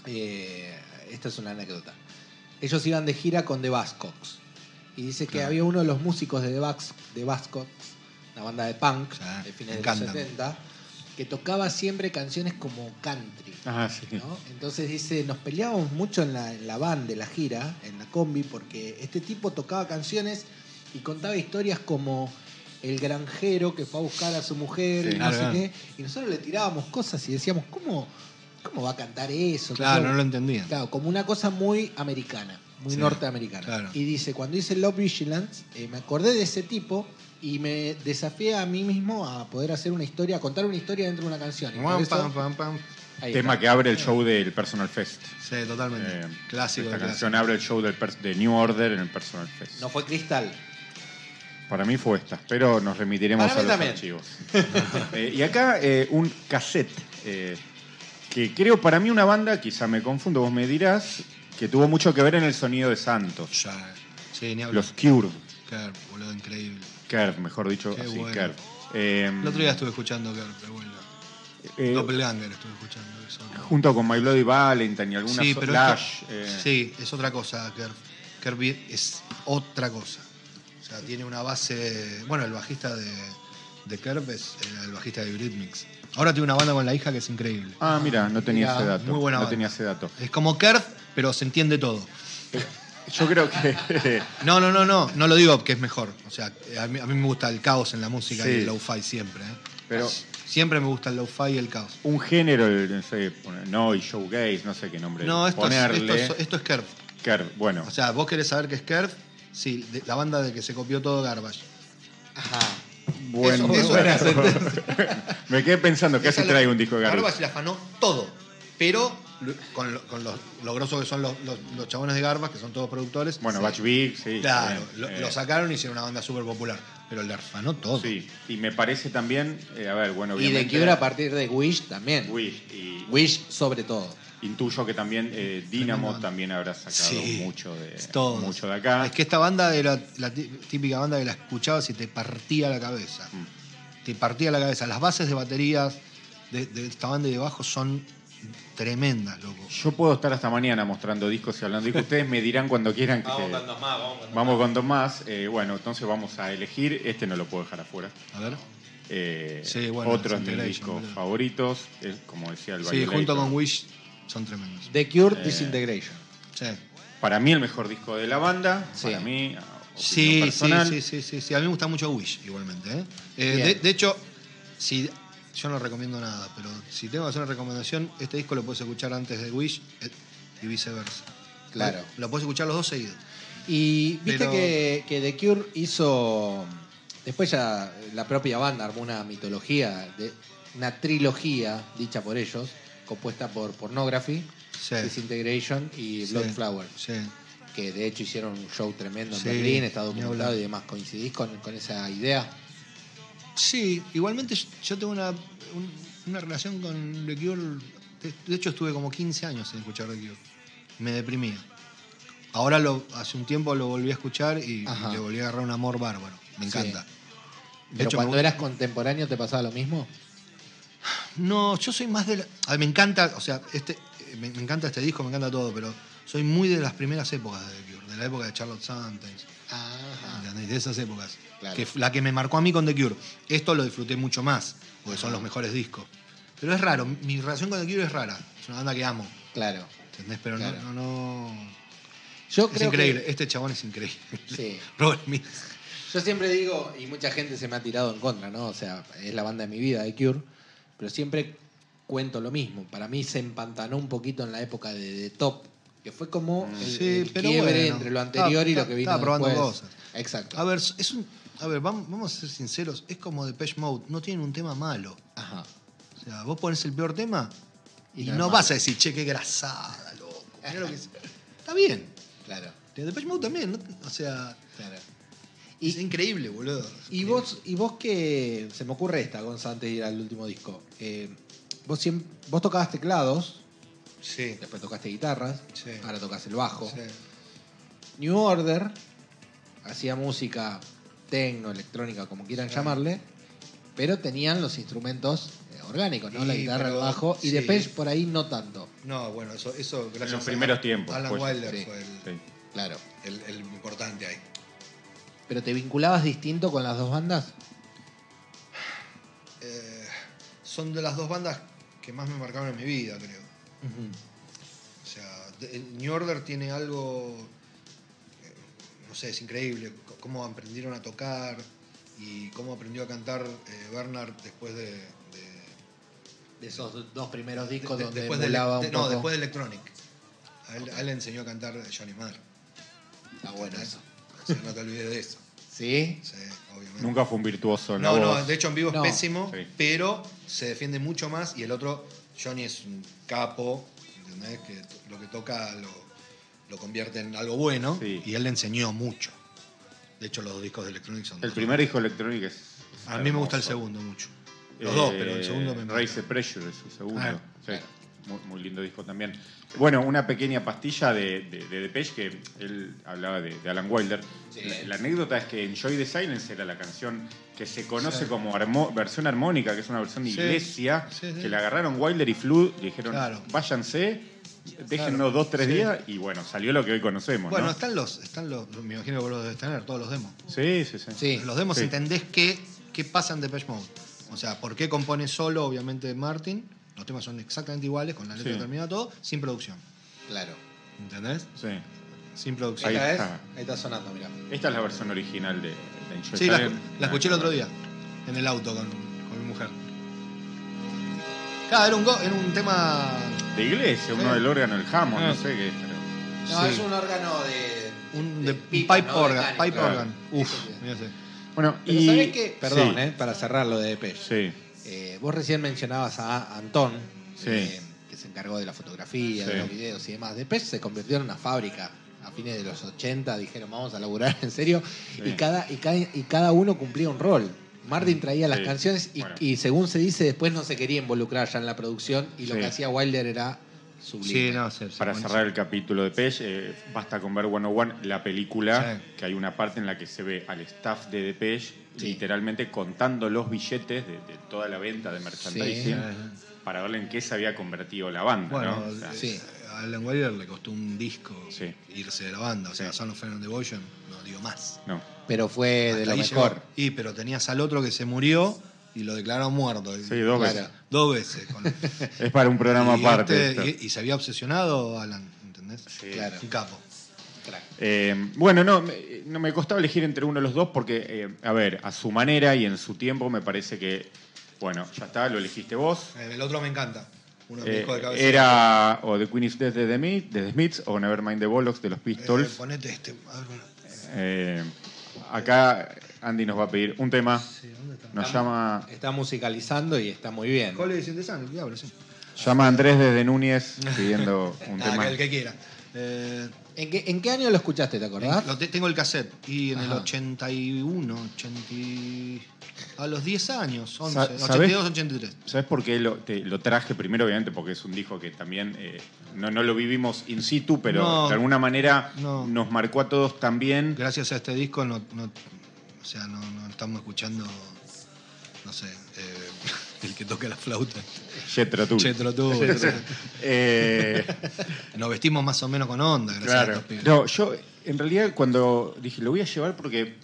eh, esta es una anécdota. Ellos iban de gira con The Bascocks. Y dice que
Claro.
había uno de los músicos de The, Bas- The Bascocks, una banda de punk
Sí,
de
me
fines de los
encantan.
70, que tocaba siempre canciones como country.
Ah, sí.
¿no? Entonces dice, nos peleábamos mucho en la, en la van de la gira, en la combi, porque este tipo tocaba canciones y contaba historias como el granjero que fue a buscar a su mujer
Sí,
y no
claro,
sé
claro.
qué. Y nosotros le tirábamos cosas y decíamos, ¿cómo, cómo va a cantar eso?
Claro,
¿Cómo-
no lo entendían.
Claro, como una cosa muy americana, muy
Sí,
norteamericana.
claro.
Y dice, cuando hice Love Vigilance, eh, me acordé de ese tipo y me desafié a mí mismo a poder hacer una historia, a contar una historia dentro de una canción. Y por
Guam,
eso-
pam, pam, pam.
ahí
Tema
está.
que abre el show del Personal Fest.
Sí, totalmente.
Eh,
clásico.
Esta
de clásico.
canción abre el show del pers- de New Order en el Personal Fest.
No fue Cristal.
Para mí fue esta, pero nos remitiremos
Para mí
a los
también.
archivos. Eh, y acá eh, un cassette, eh, que creo para mí una banda, quizá me confundo, vos me dirás, que tuvo mucho que ver en el sonido de Santos.
Ya, eh. sí, ni hablar.
Los Curve,
Claro, boludo, increíble.
Curve, mejor dicho,
Qué
así,
bueno.
Curve. Eh,
El otro día estuve escuchando Carl, de vuelta.
eh,
Doppelganger estuve escuchando eso.
junto con My Bloody Valentine y alguna
Sí,
so-
pero
Flash,
esto-
eh,
sí, es otra cosa, Kerr. Kirby es otra cosa. O sea, tiene una base. Bueno, el bajista de, de Kerr es era el bajista de Britmix. Ahora tiene una banda con la hija que es increíble.
Ah, mira, no tenía
Mirá,
ese dato.
muy buena
no
banda.
tenía ese dato.
Es como Kerr, pero se entiende todo.
Yo creo que.
No, no, no, no, no lo digo que es mejor. O sea, a mí, a mí me gusta el caos en la música y
Sí.
el lo-fi siempre. ¿eh?
pero
Siempre me gusta el lo-fi y el caos.
un género, el- no sé, pone- no, y showgaze, no sé qué nombre.
No, esto es, esto,
ponerle.
es, esto es Kerr.
Claro, bueno,
O sea, vos querés saber qué es Kerr. Sí, de- la banda de que se copió todo Garbage.
Ajá.
bueno.
eso- eso era, ¿entendés?
Me quedé pensando,
Esa
casi
la-
traigo un disco de Garbage.
Garbage la afanó todo. Pero lo- con, lo, con los, lo grosso que son los, los, los chabones de Garbage, que son todos productores.
Bueno,
sí.
Batch Big, sí.
Claro, lo,
eh,
lo sacaron y hicieron una banda súper popular. Pero le afanó todo.
Sí, y me parece también, eh, a ver, bueno,
Y de
obviamente.
Cure a partir de Wish también.
Wish, y
Wish sobre todo.
intuyo que también eh, Dynamo
Tremendo.
también habrá sacado
Sí,
mucho de
Todos.
mucho de acá.
Es que esta banda era la tí- típica banda que la escuchabas y te partía la cabeza.
Mm.
Te partía la cabeza. Las bases de baterías de, de esta banda y de bajo son tremendas, loco.
Yo puedo estar hasta mañana mostrando discos y hablando de discos. Ustedes me dirán cuando quieran que.
Vamos con dos más, vamos con dos
Vamos con dos más. Eh, bueno, entonces vamos a elegir. Este no lo puedo dejar afuera.
A ver.
Eh,
Sí, bueno,
otro es de mis
Disintegration,
discos
boludo.
favoritos. Es, como decía el
Sí,
Violator.
junto con Wish son tremendos.
The Cure
Eh,
Disintegration.
Sí.
Para mí, el mejor disco de la banda.
Sí.
Para mí, a- opinión
Sí, sí,
personal.
sí, sí, sí, sí. A mí me gusta mucho Wish, igualmente. ¿eh? Eh,
Bien.
de, de hecho, si, yo no recomiendo nada, pero si tengo que hacer una recomendación, este disco lo puedes escuchar antes de Wish eh, y viceversa.
Claro.
Lo puedes escuchar los dos seguidos.
Y viste
Pero-
que, que The Cure hizo. Después ya la propia banda armó una mitología, de, una trilogía dicha por ellos, compuesta por Pornography,
Sí.
Disintegration y
Sí.
Bloodflower.
Sí.
Que de hecho hicieron un show tremendo en
Sí,
Berlín, está
ni
documentado
hablar.
y demás. ¿Coincidís con, con esa idea?
Sí, igualmente yo tengo una, un- una relación con The Cure. De, de hecho, estuve como 15 años sin escuchar The Cure. Me deprimía. Ahora, lo, hace un tiempo, lo volví a escuchar y,
Ajá.
le volví a agarrar un amor bárbaro. Me
Sí.
encanta. De
Pero
hecho,
cuando
me-
eras contemporáneo te pasaba lo mismo.
No, yo soy más de la. a ver, me encanta, o sea, este, eh, me, me encanta este disco, me encanta todo, pero soy muy de las primeras épocas de The Cure, de la época de Charlotte Sometimes,
Ajá.
¿entendés? de esas épocas.
Ah. Claro.
Que, f- la que me marcó a mí con The Cure. Esto lo disfruté mucho más, porque
Ah.
son los mejores discos. Pero es raro, mi relación con The Cure es rara. Es una banda que amo,
Claro.
¿entendés? Pero
Claro.
no, no, no-
Yo
Es
creo que-
increíble, este chabón es increíble.
Sí.
Robert Smith.
Yo siempre digo, y mucha gente se me ha tirado en contra, ¿no? O sea, es la banda de mi vida, de Cure, pero siempre cuento lo mismo. Para mí se empantanó un poquito en la época de The Top, que fue como el,
Sí,
el
pero
quiebre
bueno.
entre lo anterior y
Estaba-
lo que vino
estaba probando
después.
cosas.
Exacto.
A ver, es un, a ver vam- vamos a ser sinceros, es como Depeche Mode, no tienen un tema malo.
Ajá.
O sea, vos pones el peor tema y,
Y
no,
no es malo.
vas a decir, che, qué grasada, loco. Mirá lo que es. Está bien.
Claro,
De Depeche Mode también, ¿no? o sea,
claro.
es increíble, boludo.
Y vos, y vos que se me ocurre esta, Gonzalo, antes de ir al último disco. Eh, vos, siempre, vos tocabas teclados,
Sí.
después tocaste guitarras,
Sí.
ahora tocas el bajo.
sí.
New Order hacía música tecno, electrónica, como quieran
Sí.
llamarle, pero tenían los instrumentos eh, orgánicos, ¿no? La
Y,
guitarra,
pero,
el bajo, y
sí.
Depeche por ahí no tanto.
No, bueno, eso, eso gracias
los
a-
primeros tiempos,
Alan
pues.
Wilder
Sí.
fue el,
Sí.
Claro.
el- el importante ahí.
Pero te vinculabas distinto con las dos bandas.
Eh, son de las dos bandas que más me marcaron en mi vida, creo. O sea, de- el New Order tiene algo, eh, no sé, es increíble, c- cómo aprendieron a tocar y cómo aprendió a cantar eh, Bernard después de... de-
De esos dos primeros discos
de-
donde
después de-
emulaba
de-
un
No,
poco.
después de Electronic. A él, a él le enseñó a cantar Johnny Marr.
Está bueno eso.
O sea, no te olvides de eso.
¿Sí?
Sí, obviamente.
Nunca fue un virtuoso en la
No, no,
voz.
de hecho en vivo es
No.
pésimo,
Sí.
pero se defiende mucho más y el otro, Johnny es un capo, ¿entendés? Que t- lo que toca lo, lo convierte en algo bueno
Sí.
y él le enseñó mucho. De hecho los dos discos de Electronic son...
El
dos.
primer disco electrónico es.
A mí me gusta
hermoso. Eh,
el segundo mucho. Los dos, pero el segundo me
Raise the
encanta.
Pressure es su segundo.
Ah,
Sí.
claro.
Muy, muy lindo disco también. Bueno, una pequeña pastilla de, de, de Depeche que él hablaba de, de Alan Wilder. La, la anécdota es que Enjoy the Silence era la canción que se conoce como armo- versión armónica, que es una versión de
Sí.
iglesia,
Sí, sí.
que la agarraron Wilder y Flood y dijeron,
Claro.
váyanse, déjennos
Claro.
dos, tres
Sí.
días, y bueno, salió lo que hoy conocemos,
Bueno,
¿no?
están los, están los, me imagino que vos los debes tener, todos los demos.
Sí, sí, sí.
Sí.
Los demos
Sí.
entendés qué, qué pasa en Depeche Mode. O sea, por qué compone solo, obviamente, Martin. Los temas son exactamente iguales, con la letra
Sí.
terminada todo, sin producción.
Claro.
¿Entendés?
Sí.
sin producción.
Ahí
Esta es-
está.
ahí está sonando, mirá.
Esta es la versión original de, de Enjoy
Sí, la,
Silent.
la escuché el otro día, en el auto con, con mi mujer. Claro, era un, go- era un tema.
De iglesia, uno
Sí.
del órgano, el Hammond,
Ah.
no sé qué es, pero.
No,
Sí.
es un órgano de.
Un
de
de,
pipa,
pipe
¿no? De
organ.
cánica.
Pipe
Claro.
organ. Uf,
Sí, sí.
mirá ese.
Bueno,
Pero
y.
¿sabés qué? Perdón,
Sí,
eh, para cerrar lo de Depeche.
Sí.
Eh, vos recién mencionabas a Antón,
Sí.
eh, que se encargó de la fotografía, de
Sí.
los videos y demás. Después se convirtió en una fábrica a fines de los 80, dijeron vamos a laburar en serio,
Sí. Mm,
y, cada, y, cada, y cada uno cumplía un rol. Martin traía las
Sí.
canciones y,
Bueno.
y según se dice, después no se quería involucrar ya en la producción y lo
Sí.
que hacía Wilder era sublime.
Sí, no, se- se
Para
pone-
cerrar el capítulo de Pesh, basta con ver 101, la película,
Sí.
que hay una parte en la que se ve al staff de Depeche
Sí.
literalmente contando los billetes de, de toda la venta de merchandising para verle en qué se había convertido la banda.
Bueno,
¿no? O sea,
sí.
eh, a Alan Wilder le costó un disco
Sí.
irse de la banda. O sea,
Sí. Eh,
Son los Fernando Devotion, no digo más.
no.
Pero fue de
Hasta
lo
ahí
mejor.
llegó. Y pero tenías al otro que se murió y lo declararon muerto.
Sí, dos
Claro.
veces.
Dos veces. con-
Es para un programa
y
aparte.
este-
esto.
y, y se había obsesionado Alan, ¿entendés?
Sí.
Claro.
Un capo.
Crack.
Eh, bueno, no, me- no me costaba elegir entre uno de los dos porque, eh, a ver, a su manera y en su tiempo me parece que, bueno, ya está, lo elegiste vos.
Eh, El otro me encanta. Uno de mis
Eh,
discos de cabeza.
era o The Queen is Dead de The, Mi- de The Smiths o Nevermind the Bollocks de los
Eh,
Pistols.
ponete este. A ver, bueno.
Eh, acá Andy nos va a pedir un tema,
Sí, ¿dónde está?
nos llama,
Está musicalizando y está muy bien.
Cole de Sandro, ¿qué hablo? Sí.
llama Andrés desde Núñez pidiendo un
Ah,
tema.
que el que quiera. Eh,
¿En qué, en qué año lo escuchaste, te
¿Ah?
acordás?
lo te- tengo el cassette. Y en el
Ajá.
81, 80. y- A los 10 años, 11,
Sa- ¿sabés?
82, 83.
¿Sabes por qué lo, te- lo traje primero? Obviamente porque es un disco que también eh, no, no lo vivimos in situ, pero
No.
de alguna manera
No.
nos marcó a todos también.
Gracias a este disco no, no- o sea, no, no estamos escuchando, no sé, eh, el que toca la flauta.
Jethro Tull.
Chetro tú. o sea,
Eh,
Nos vestimos más o menos con onda, gracias a
claro.
estos pibes.
No, yo en realidad cuando dije lo voy a llevar porque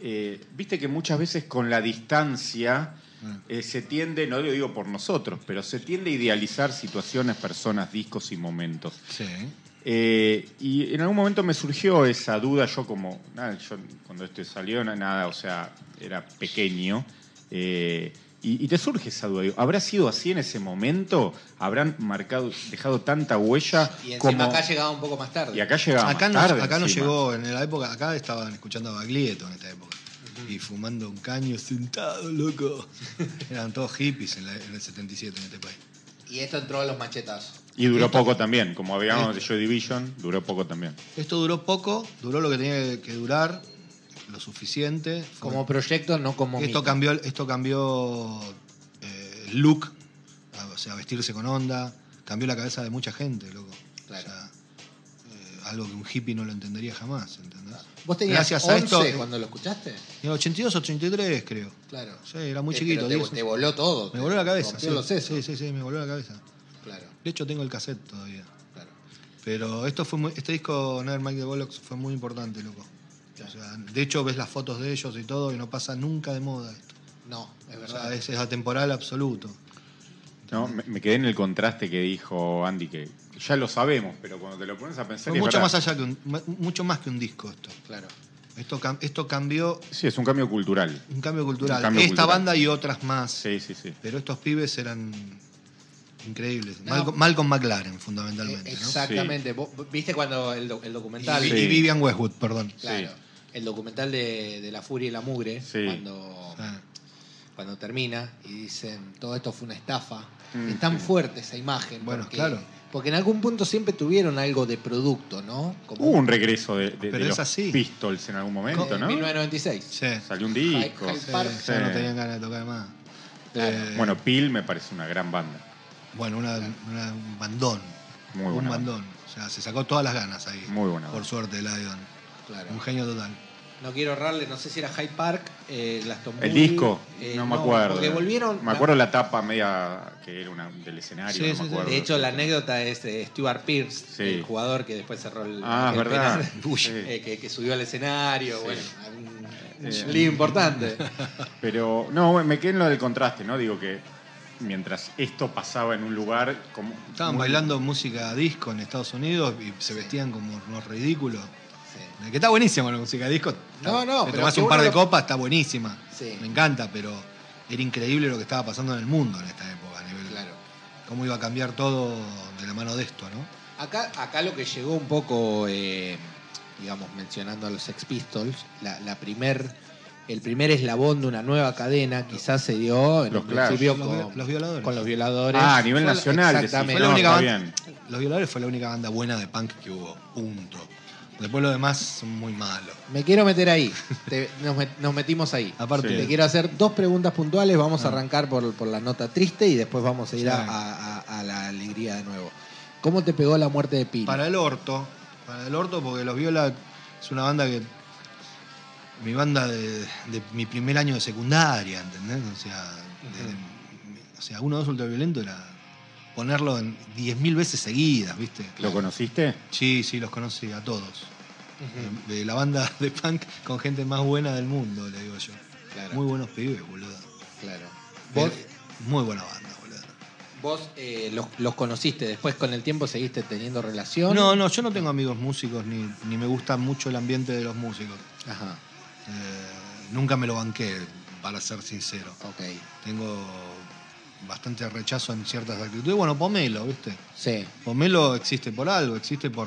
eh, viste que muchas veces con la distancia
Ah.
eh, se tiende, no lo digo por nosotros, pero se tiende a idealizar situaciones, personas, discos y momentos.
Sí.
Eh, y en algún momento me surgió esa duda, yo como, nada, yo cuando esto salió, na- nada, o sea, era pequeño, eh, y, y te surge esa duda, digo, ¿habrá sido así en ese momento? ¿Habrán marcado, dejado tanta huella?
Y encima
como-
acá llegaba un poco más tarde.
y acá llegaba
Acá,
más
nos,
tarde
acá nos
encima.
llegó, en la época, acá estaban escuchando a Baglietto en esta época. Y fumando un caño sentado, loco. Eran todos hippies en, la- en el 77 en este país.
Y esto entró a los machetazos.
Y duró poco también, como habíamos de
Listo.
Joy Division, duró poco también.
Esto duró poco, duró lo que tenía que durar, lo suficiente. Fue-
Como proyecto, no como
Esto
mito.
cambió, esto cambió eh, el look, a- o sea, vestirse con onda, cambió la cabeza de mucha gente, loco.
Claro.
O sea, eh, algo que un hippie no lo entendería jamás, ¿entendés?
¿Vos tenías
Gracias
11
a esto- eh,
cuando lo escuchaste?
En el 82, 83 creo.
Claro.
Sí, era muy
Eh,
chiquito.
pero te-
10.
te, voló todo.
me
te
voló la cabeza.
rompió
Sí,
los sesos.
sí, sí, sí, me voló la cabeza.
Claro,
De hecho tengo el cassette todavía.
claro.
Pero esto fue muy- este disco Never Mike the Bollocks fue muy importante, loco. O sea, de hecho ves las fotos de ellos y todo y no pasa nunca de moda esto.
No, es
O
verdad.
sea, es, es atemporal absoluto.
¿no? Me, me quedé en el contraste que dijo Andy, que ya lo sabemos, pero cuando te lo pones a pensar...
Fue
es
mucho
verdad.
más allá que un, ma- mucho más que un disco esto.
Claro.
Esto, cam- esto cambió
Sí, es un cambio cultural.
un cambio cultural.
Un cambio
Esta
cultural.
banda y otras más.
Sí, sí, sí.
Pero estos pibes eran increíbles.
No.
Mal, con, mal con McLaren,
Eh,
fundamentalmente. ¿no?
Exactamente. Vos- ¿Viste cuando el, do- el documental?
Y,
Sí.
y Vivian Westwood, perdón.
Claro. El documental de, de La Furia y la Mugre,
Sí.
cuando,
Ah,
cuando termina y dicen todo esto fue una estafa.
Mm,
es tan
sí.
fuerte esa imagen.
Bueno,
porque,
claro.
Porque en algún punto siempre tuvieron algo de producto, ¿no? Como
Hubo un regreso de, de- de
Pero es
los
así.
Pistols en algún momento,
en
¿no?
1996.
sí.
Salió un disco.
Hi-
Sí,
Hi- Park.
ya no tenían ganas de tocar más.
Claro.
Eh,
Bueno, Peel me parece una gran banda.
bueno, una, una- un bandón.
Muy
un
buena
bandón. O sea, se sacó todas las ganas ahí.
Muy buena
Por
banda.
suerte, Lion.
Claro.
Un genio total.
No quiero errarle, no sé si era Hyde Park, eh, Glastonbury.
El disco,
eh,
no me acuerdo.
Porque volvieron.
Me acuerdo la tapa media que era una del escenario,
Sí,
no
sí,
me
sí.
acuerdo.
De hecho, la anécdota es de Stuart Pierce,
Sí.
el jugador que después cerró el.
Ah, es
el
verdad.
penal,
Uy.
Sí.
eh, que, que subió al escenario, bueno, un, un
Eh,
lío importante.
Pero, no, bueno, me quedé en lo del contraste, ¿no? Digo que mientras esto pasaba en un lugar como.
Estaban
muy-
bailando música disco en Estados Unidos y se vestían como unos ridículos.
Sí.
Que está buenísima la música disco.
No, no,
Te
pero
tomás
que
un par
uno
de
lo-
copas, está buenísima.
Sí.
Me encanta, pero era increíble lo que estaba pasando en el mundo en esta época. A nivel,
Claro.
Cómo iba a cambiar todo de la mano de esto, ¿no?
Acá, acá lo que llegó un poco, eh, digamos, mencionando a los Sex Pistols, la, la primer, el primer eslabón de una nueva cadena quizás se dio en
Los
un
Clash.
principio
Los vi-
con,
los violadores.
con los violadores.
Ah, a nivel
Fue la-
nacional, decís.
Exactamente.
Fue la
No,
única
está
ban-
bien.
Los Violadores fue la única banda buena de punk que hubo. Punto. Después lo demás son muy malos.
Me quiero meter ahí. Te- nos, met- nos metimos ahí.
Aparte,
Sí.
Te quiero hacer dos preguntas puntuales. Vamos a arrancar por, por la nota triste y después vamos a ir a,
Sí.
a- a- a la alegría de nuevo. ¿Cómo te pegó la muerte de Pino?
para el orto. Para el orto, porque los Viola es una banda que. Mi banda de, de mi primer año de secundaria, ¿entendés? O sea, de- o sea uno de los ultraviolentos era ponerlo en 10.000 veces seguidas, ¿viste?
¿Lo conociste?
Sí, sí, los conocí a todos. Eh, De la banda de punk con gente más buena del mundo, le digo yo.
Claro.
Muy buenos pibes, boludo.
Claro.
Muy-
Vos,
Muy buena banda, boludo.
vos, eh, los, los conociste, después con el tiempo seguiste teniendo relación.
No, no, yo no tengo amigos músicos ni, ni me gusta mucho el ambiente de los músicos.
Ajá,
Eh, nunca me lo banqué, para ser sincero.
ok.
Tengo bastante rechazo en ciertas actitudes. Bueno, Pomelo, ¿viste?
Sí.
Pomelo existe por algo, existe por.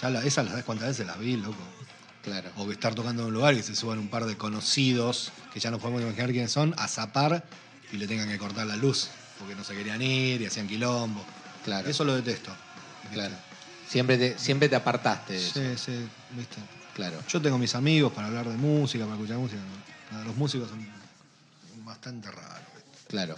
Ya la, esas las cuántas veces las vi, loco.
Claro.
O que estar tocando en un lugar y se suban un par de conocidos, que ya no podemos imaginar quiénes son, a zapar y le tengan que cortar la luz, porque no se querían ir y hacían quilombo.
Claro.
Eso lo detesto. ¿viste?
Claro. Siempre te, siempre te apartaste de eso.
Sí, sí, viste.
Claro.
Yo tengo mis amigos para hablar de música, para escuchar música. ¿no? Los músicos son bastante raros.
Claro.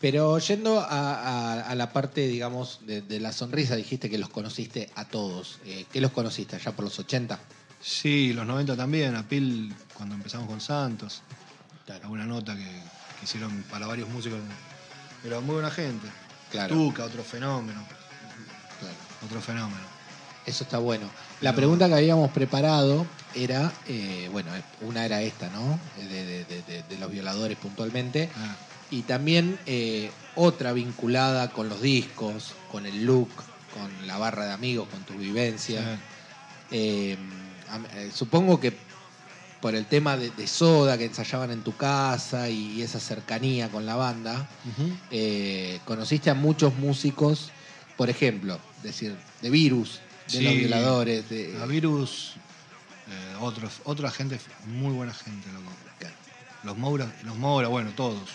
Pero yendo a, a- a la parte, digamos, de, de la sonrisa, dijiste que los conociste a todos. Eh, ¿Qué los conociste? ¿Allá por los 80?
Sí, los 90 también, a Pil, cuando empezamos con Santos,
Claro.
alguna nota que, que hicieron para varios músicos. Pero muy buena gente.
Claro.
Tuca, otro fenómeno. Otro fenómeno.
Eso está bueno. La
Pero-
pregunta que habíamos preparado era, eh, bueno, una era esta, ¿no? Eh, De, de- de- de- de los violadores puntualmente.
Ah,
Y también eh, otra vinculada con los discos, con el look, con la barra de amigos, con tus vivencias.
sí.
Eh, am- eh, supongo que por el tema de, de Soda que ensayaban en tu casa y, esa cercanía con la banda,
Ujú.
eh, conociste a muchos músicos, por ejemplo, decir, de Virus, de los
Sí.
violadores, de...
A Virus, eh, otro- otra gente, muy buena gente, loco. Los Moura, los Moura, bueno, todos.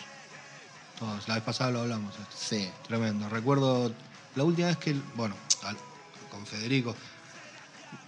Todos. La vez pasada lo hablamos. esto.
Sí,
Tremendo. Recuerdo la última vez que, bueno, al- con Federico.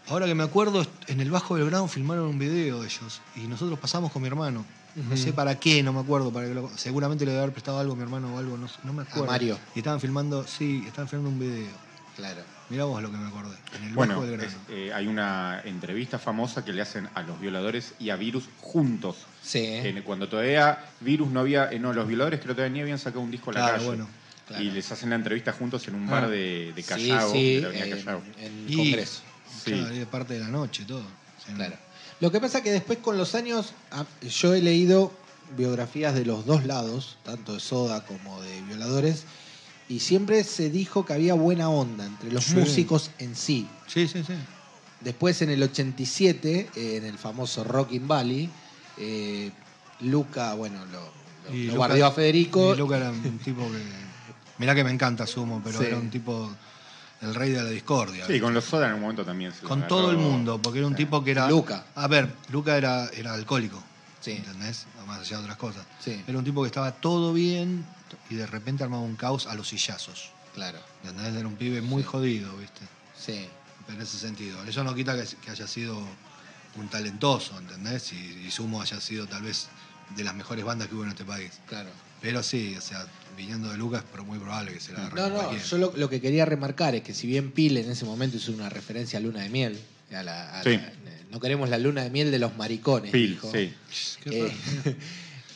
Ahora que me acuerdo, en el Bajo Belgrano filmaron un video ellos y nosotros pasamos con mi hermano. No sé para qué, no me acuerdo. Para que lo- seguramente le debe haber prestado algo a mi hermano o algo, no, sé, no me acuerdo.
Mario.
Y estaban filmando, sí, estaban filmando un video.
claro.
Mirá vos lo que me acordé. En el
Bueno,
Bajo Belgrano.
es- eh, hay una entrevista famosa que le hacen a los violadores y a Virus juntos.
Sí,
En- Eh, cuando todavía Virus no había, eh, no, los violadores creo que todavía ni habían sacado un disco a la
Claro,
calle.
bueno,
claro.
Y les hacen la entrevista juntos en un
Ah. eh,
bar de, de
Sí,
Callao,
sí,
de la avenida
en,
Callao.
en
Y-
Congreso.
Sí.
Claro, y de parte de la noche, todo. O sea,
Claro. Lo que pasa que después con los años, ah, yo he leído biografías de los dos lados, tanto de Soda como de Violadores, y siempre se dijo que había buena onda entre los
Sí.
músicos en sí.
Sí, sí, sí.
Después en el 87, eh, en el famoso Rockin' Valley, eh, Luca, bueno, lo, lo,
Y
lo
Luca-
bardeó a Federico.
Y Luca era un tipo que. Mirá que me encanta Sumo, pero
Sí.
era un tipo. El rey de la discordia.
Sí, con los Soda en un momento también. se los
con
agarró.
todo el mundo, porque era un
Sí.
tipo que era.
Luca.
A ver, Luca era, era alcohólico.
Sí.
¿Entendés? Más allá de otras cosas.
Sí,
Era un tipo que estaba todo bien y de repente armaba un caos a los sillazos.
claro.
¿Entendés? Era un pibe muy
Sí.
jodido, ¿viste?
Sí,
En ese sentido. Eso no quita que, que haya sido un talentoso, ¿entendés? Y, y Sumo haya sido tal vez de las mejores bandas que hubo en este país.
claro.
Pero sí, o sea, viniendo de Lucas, pero muy probable que se la agarre
No,
con
no,
cualquiera.
yo lo, lo que quería remarcar es que si bien Pile en ese momento hizo una referencia a Luna de Miel, a la- a
Sí.
la- no queremos la Luna de Miel de los maricones,
Pil,
dijo.
sí.
Qué
Eh,
raro.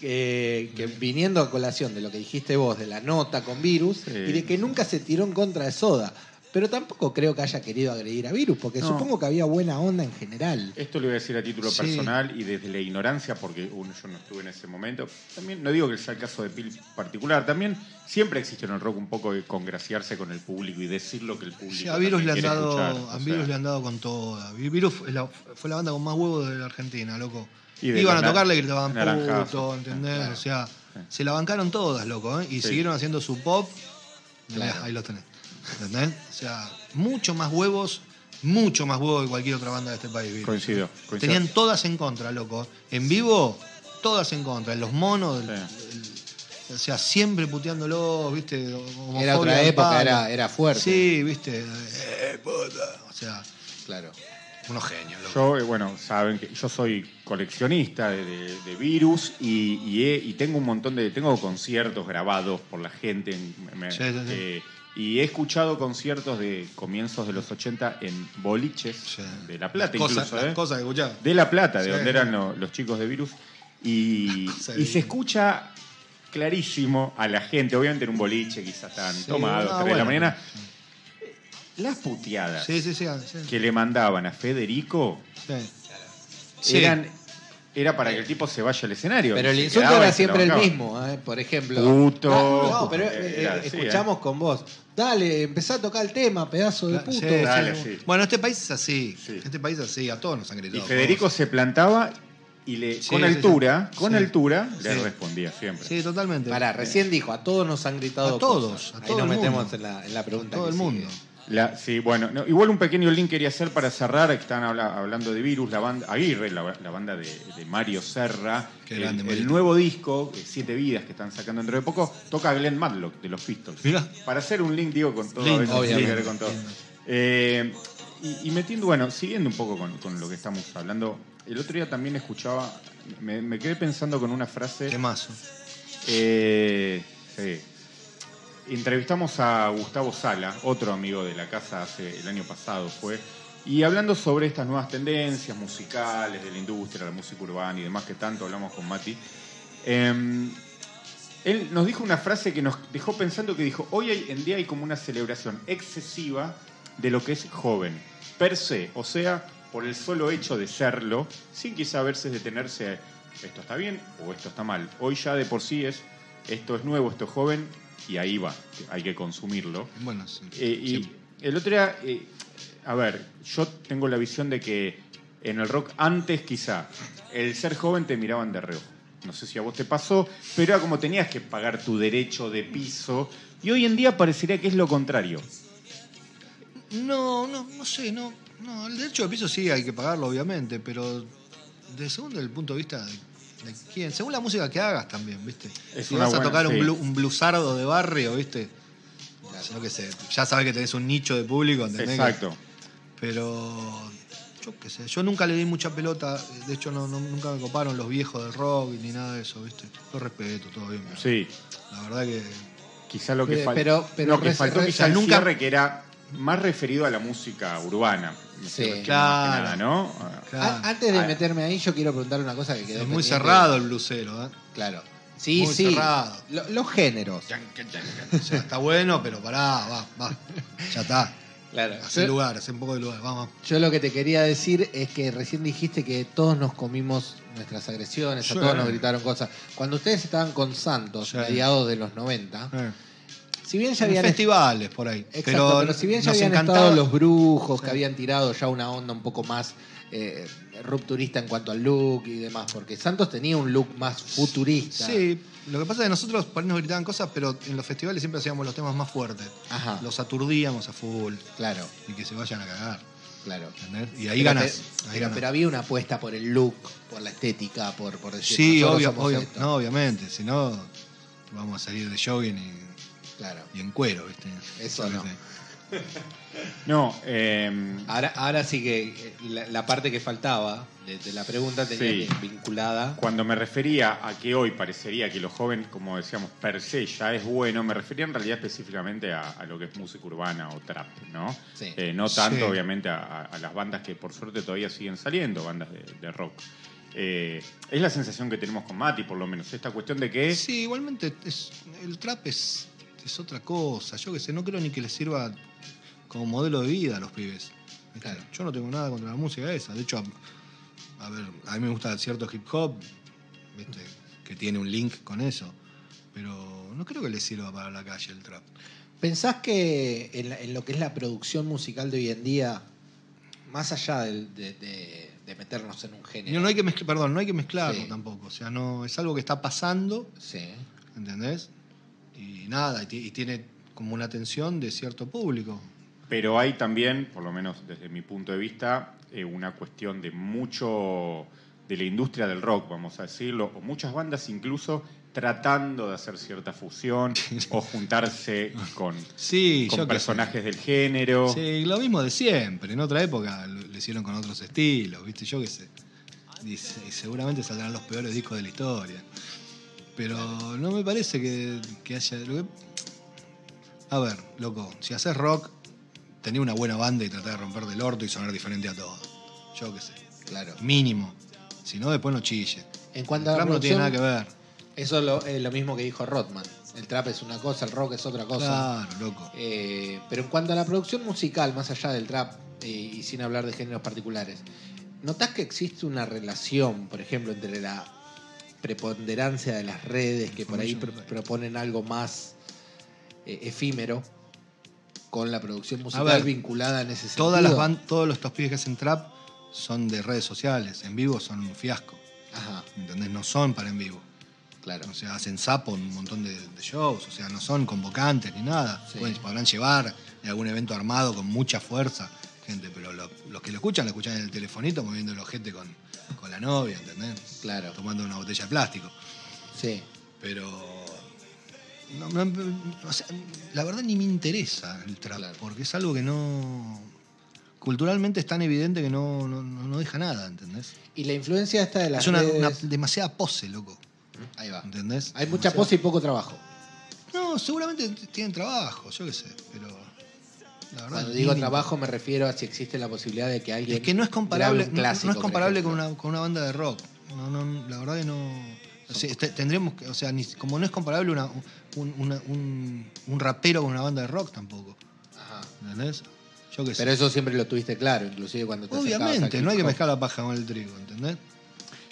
que- que viniendo a colación de lo que dijiste vos, de la nota con virus,
Sí.
y de que nunca se tiró en contra de Soda. Pero tampoco creo que haya querido agredir a Virus, porque
No.
supongo que había buena onda en general.
Esto lo voy a decir a título
Sí.
personal y desde la ignorancia, porque uno, yo no estuve en ese momento. También, no digo que sea el caso de Pil particular, también siempre existe en el rock un poco de congraciarse con el público y decir lo que el público.
Sí, a Virus, le
también
han,
quiere
dado,
escuchar, o
a Virus
sea.
le han dado con toda. Vi- Virus fue la, fue la banda con más huevos de la Argentina, loco.
Y de
Iban a
los na-
tocarle y gritaban
naranjazos,
puto, ¿entendés?
claro.
O sea, se la bancaron todas, loco, ¿eh? Y
Sí.
siguieron haciendo su pop. Mirá,
Claro.
ahí lo tenés. ¿Entendés? O sea, mucho más huevos, mucho más huevos que cualquier otra banda de este país, Virus.
Coincido, coincido.
Tenían todas en contra, loco. En vivo, todas en contra. En los monos, el- el- o sea, siempre puteándolos, ¿viste?
Era
Homofobia
otra
al
época,
palo.
era, era fuerte.
Sí, viste. Eh, puta. O sea,
Claro.
unos genios, loco.
Yo, eh, bueno, saben que yo soy coleccionista de, de- de virus y, y he- y tengo un montón de. Tengo conciertos grabados por la gente. en- me-
Sí, sí, sí.
eh, y he escuchado conciertos de comienzos de los 80 en boliches
Sí.
de La Plata,
Cosas-
incluso.
las
¿eh?
cosas que escuchás.
De La Plata, de
Sí.
donde eran lo- los chicos de Virus. Y,
cosa de
y se
Virus.
escucha clarísimo a la gente, obviamente en un boliche, quizás tan
Sí,
tomado,
no,
3 de la
bueno.
mañana. Las puteadas
Sí, sí, sí. sí,
que le mandaban a Federico
sí. Sí.
eran, era para que el tipo se vaya al escenario.
Pero el
Se
insulto
quedaba y
era
se
siempre el
bancaba.
mismo, ¿eh? por ejemplo.
Puto.
Ah, no, pero
Eh, era
eh,
así,
escuchamos con vos. Dale, empezá a tocar el tema, pedazo de
Claro,
puto.
sí,
Dale,
sí.
sí.
Bueno, este país es así.
Sí.
Este país es así. A todos nos han
Y
gritado.
Federico se plantaba y le,
Sí,
con
sí,
altura,
sí.
con
Sí.
altura, le
Sí.
respondía siempre.
Sí, totalmente.
Pará, recién dijo, a todos nos han gritado.
A todos,
cosas.
a
Ahí
todo
nos
el
metemos
mundo.
en la, en la pregunta.
Todo
que
el
sigue.
mundo.
La- sí, bueno, no, igual un pequeño link quería hacer para cerrar, que están habla- hablando de virus, la banda Aguirre, la, la banda de, de Mario Serra,
Qué
el,
grande,
el
Marito.
nuevo disco, eh, Siete Vidas, que están sacando dentro de poco, toca Glenn Matlock de los Pistols.
Mirá.
Para hacer un link, digo, con todo,
Lindo,
a veces tiene que
obviamente,
ver con todo.
lindo.
Eh, y, y metiendo, bueno, siguiendo un poco con, con lo que estamos hablando, el otro día también escuchaba, me, me quedé pensando con una frase...
Qué mazo.
Eh, sí. Entrevistamos a Gustavo Sala, otro amigo de la casa hace, el año pasado fue, y hablando sobre estas nuevas tendencias musicales de la industria, la música urbana y demás que tanto hablamos con Mati, eh, él nos dijo una frase que nos dejó pensando que dijo, hoy hay- en día hay como una celebración excesiva de lo que es joven, per se, o sea, por el solo hecho de serlo, sin quizá a veces detenerse, esto está bien o esto está mal. Hoy ya de por sí es, esto es nuevo, esto es joven, y ahí va, hay que consumirlo.
Bueno, sí.
Eh, y
Sí.
el otro era, eh, a ver, yo tengo la visión de que en el rock antes quizá el ser joven te miraban de reojo. No sé si a vos te pasó, pero era como tenías que pagar tu derecho de piso. Y hoy en día parecería que es lo contrario.
No, no, no sé, no, no. El derecho de piso sí hay que pagarlo, obviamente, pero de según el punto de vista de, de quién, según la música que hagas también, ¿viste?
Es
si
una
vas a
buena-
tocar un,
sí.
blu- un blusardo de barrio, ¿viste? Sino que sé, ya sabes que tenés un nicho de público, ¿entendés?
Exacto.
Pero yo qué sé, yo nunca le di mucha pelota, de hecho no, no- nunca me coparon los viejos del rock ni nada de eso, ¿viste? Lo respeto, todo bien. pero
Sí.
La verdad que
Quizá lo que,
Pero-
fal-
pero- pero
lo que
re-
faltó
re-
quizá
o sea,
nunca
nunca-
que era más referido a la música urbana.
Sí.
Más que
Claro.
Eh, nada, ¿no? Ah,
claro,
A- antes de
Ah.
meterme ahí, yo quiero preguntar una cosa que quedó.
es muy
pendiente.
cerrado el blusero, ¿eh?
Claro. Sí,
Muy
sí.
cerrado.
Lo- los géneros.
O sea, está bueno, pero pará, va, va. Ya está.
Claro.
Hace
Yo,
lugar, hace un poco de lugar, vamos.
yo lo que te quería decir es que recién dijiste que todos nos comimos nuestras agresiones,
Sí.
a todos nos gritaron cosas. Cuando ustedes estaban con Santos,
Sí.
mediados de los 90, si bien ya
En
habían
festivales por ahí.
Exacto, pero, si bien ya
nos
habían
encantaba-
estado los brujos que habían tirado ya una onda un poco más eh, rupturista en cuanto al look y demás, porque Santos tenía un look más futurista.
Sí, lo que pasa es que nosotros por ahí nos gritaban cosas, pero en los festivales siempre hacíamos los temas más fuertes.
Ajá.
Los aturdíamos a full
Claro,
y que se vayan a cagar.
claro.
¿entendés? Y ahí
Pero
ganas.
te- pero, pero había una apuesta por el look, por la estética, por, por decir
sí,
nosotros
obvio,
somos
obvio.
esto.
No, obviamente, si no, vamos a salir de jogging y,
Claro.
y en cuero, ¿viste?
Eso no.
¿Viste?
No, em,
Ahora, ahora sí que eh, la, la parte que faltaba de, de la pregunta tenía
Sí.
que- vinculada.
Cuando me refería a que hoy parecería que los jóvenes, como decíamos, per se ya es bueno, me refería en realidad específicamente a, a lo que es música urbana o trap, ¿no?
Sí.
Eh, no tanto,
Sí.
obviamente, a, a- a las bandas que por suerte todavía siguen saliendo, bandas de, de rock. Eh, es la sensación que tenemos con Mati, por lo menos, esta cuestión de que...
Sí, igualmente es- el trap es, es otra cosa. Yo que sé, no creo ni que le sirva como modelo de vida a los pibes. ¿viste?
Claro.
Yo no tengo nada contra la música esa. De hecho, a, a ver, a mí me gusta cierto hip hop, ¿viste? que tiene un link con eso. Pero no creo que le sirva para la calle el trap.
¿Pensás que en, la- en lo que es la producción musical de hoy en día, más allá del- de, de- de meternos en un género?
No, no hay que mezcl- perdón, no hay que mezclarlo
Sí.
tampoco. O sea, no, es algo que está pasando,
Sí.
¿entendés? Y nada, y, ti- y tiene como una atención de cierto público.
Pero hay también, por lo menos desde mi punto de vista, eh, una cuestión de mucho de la industria del rock, vamos a decirlo, o muchas bandas incluso tratando de hacer cierta fusión o juntarse con,
Sí,
con
yo qué sé.
personajes del género.
Sí, lo mismo de siempre. En otra época lo, lo hicieron con otros estilos, ¿viste? Yo qué sé. Y, se- y seguramente saldrán los peores discos de la historia. Pero no me parece que, que haya. lo que- A ver, loco, si haces rock, tenés una buena banda y tratás de romper del orto y sonar diferente a todo. Yo qué sé.
Claro.
Mínimo. Si no, después no chille.
En
El
cuanto a la
trap no tiene
producción,
nada que ver.
eso es lo, es lo mismo que dijo Rodman. El trap es una cosa, el rock es otra cosa.
Claro, loco.
Eh, pero en cuanto a la producción musical, más allá del trap eh, y sin hablar de géneros particulares, ¿notás que existe una relación, por ejemplo, entre la preponderancia de las redes que por ahí
Information Rate.
pro- proponen algo más eh, efímero con la producción musical
ver,
vinculada en ese sentido?
Todas las ban- todos los- estos pibes que hacen trap son de redes sociales. En vivo son un fiasco.
Ajá,
¿Entendés? No son para en vivo.
claro.
O sea, hacen sapo en un montón de, de shows. O sea, no son convocantes ni nada.
Sí.
Pueden- podrán llevar en algún evento armado con mucha fuerza gente, pero lo- los que lo escuchan, lo escuchan en el telefonito moviendo el ojete con, con la novia, ¿entendés?
Claro.
Tomando una botella de plástico.
Sí.
Pero. no- no- o sea, la verdad ni me interesa el trap,
Claro.
porque es algo que no. Culturalmente es tan evidente que no, no- no- no deja nada, ¿entendés?
Y la influencia esta de las
es una,
redes...
una demasiada pose, loco.
Ahí va.
¿Entendés?
Hay mucha
Demasiada-
pose y poco trabajo.
No, seguramente t- tienen trabajo, yo qué sé, pero. La verdad,
Cuando
es
digo
mínimo.
trabajo me refiero a si existe la posibilidad de que alguien...
Es que no es
grabe
comparable,
un
no-
clásico,
no es
por
comparable con
ejemplo.
una, con una banda de rock. No, no, la verdad que no. o sea, te- tendríamos que, o sea, ni- como no es comparable una- un, una- un- un rapero con una banda de rock tampoco.
Ajá.
¿Entendés? Yo qué sé.
Pero eso siempre lo tuviste claro, inclusive cuando te acercabas
Obviamente,
al
no hay que
hip hop.
mezclar la paja con el trigo, ¿entendés?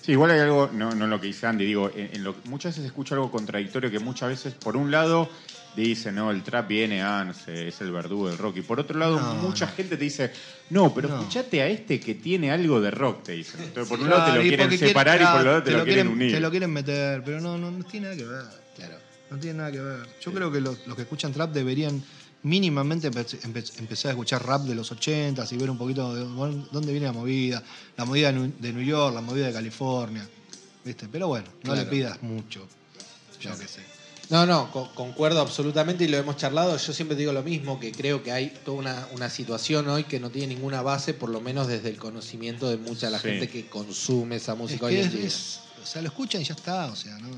Sí, igual hay algo, no, no en lo que dice Andy, digo, en, en lo, muchas veces escucho algo contradictorio que muchas veces, por un lado, dicen, no, el trap viene, ah, no sé, es el verdugo del rock. Y por otro lado,
No,
mucha
no.
gente te dice, no, pero
No.
escuchate a este que tiene algo de rock, te dicen. Entonces, por un
Claro,
lado te lo
y
quieren
porque quieren-
separar y por
claro,
otro lado te, lo quieren, unir.
Te lo quieren meter, pero no, no, no tiene nada que ver.
Claro.
No tiene nada que ver. Yo creo que los, los que escuchan trap deberían mínimamente empe- empe- empezar a escuchar rap de los 80s y ver un poquito de dónde dónde viene la movida. La movida de Nu- de New York, la movida de California. ¿Viste? Pero bueno, no
Claro.
le pidas mucho. Yo
Claro.
qué sé.
No, no, co- concuerdo absolutamente y lo hemos charlado. Yo siempre digo lo mismo, que creo que hay toda una, una situación hoy que no tiene ninguna base, por lo menos desde el conocimiento de mucha de la
Sí.
gente que consume esa música
Es
hoy
que
en
es-
día.
es- o sea, lo escuchan y ya está. O sea, no.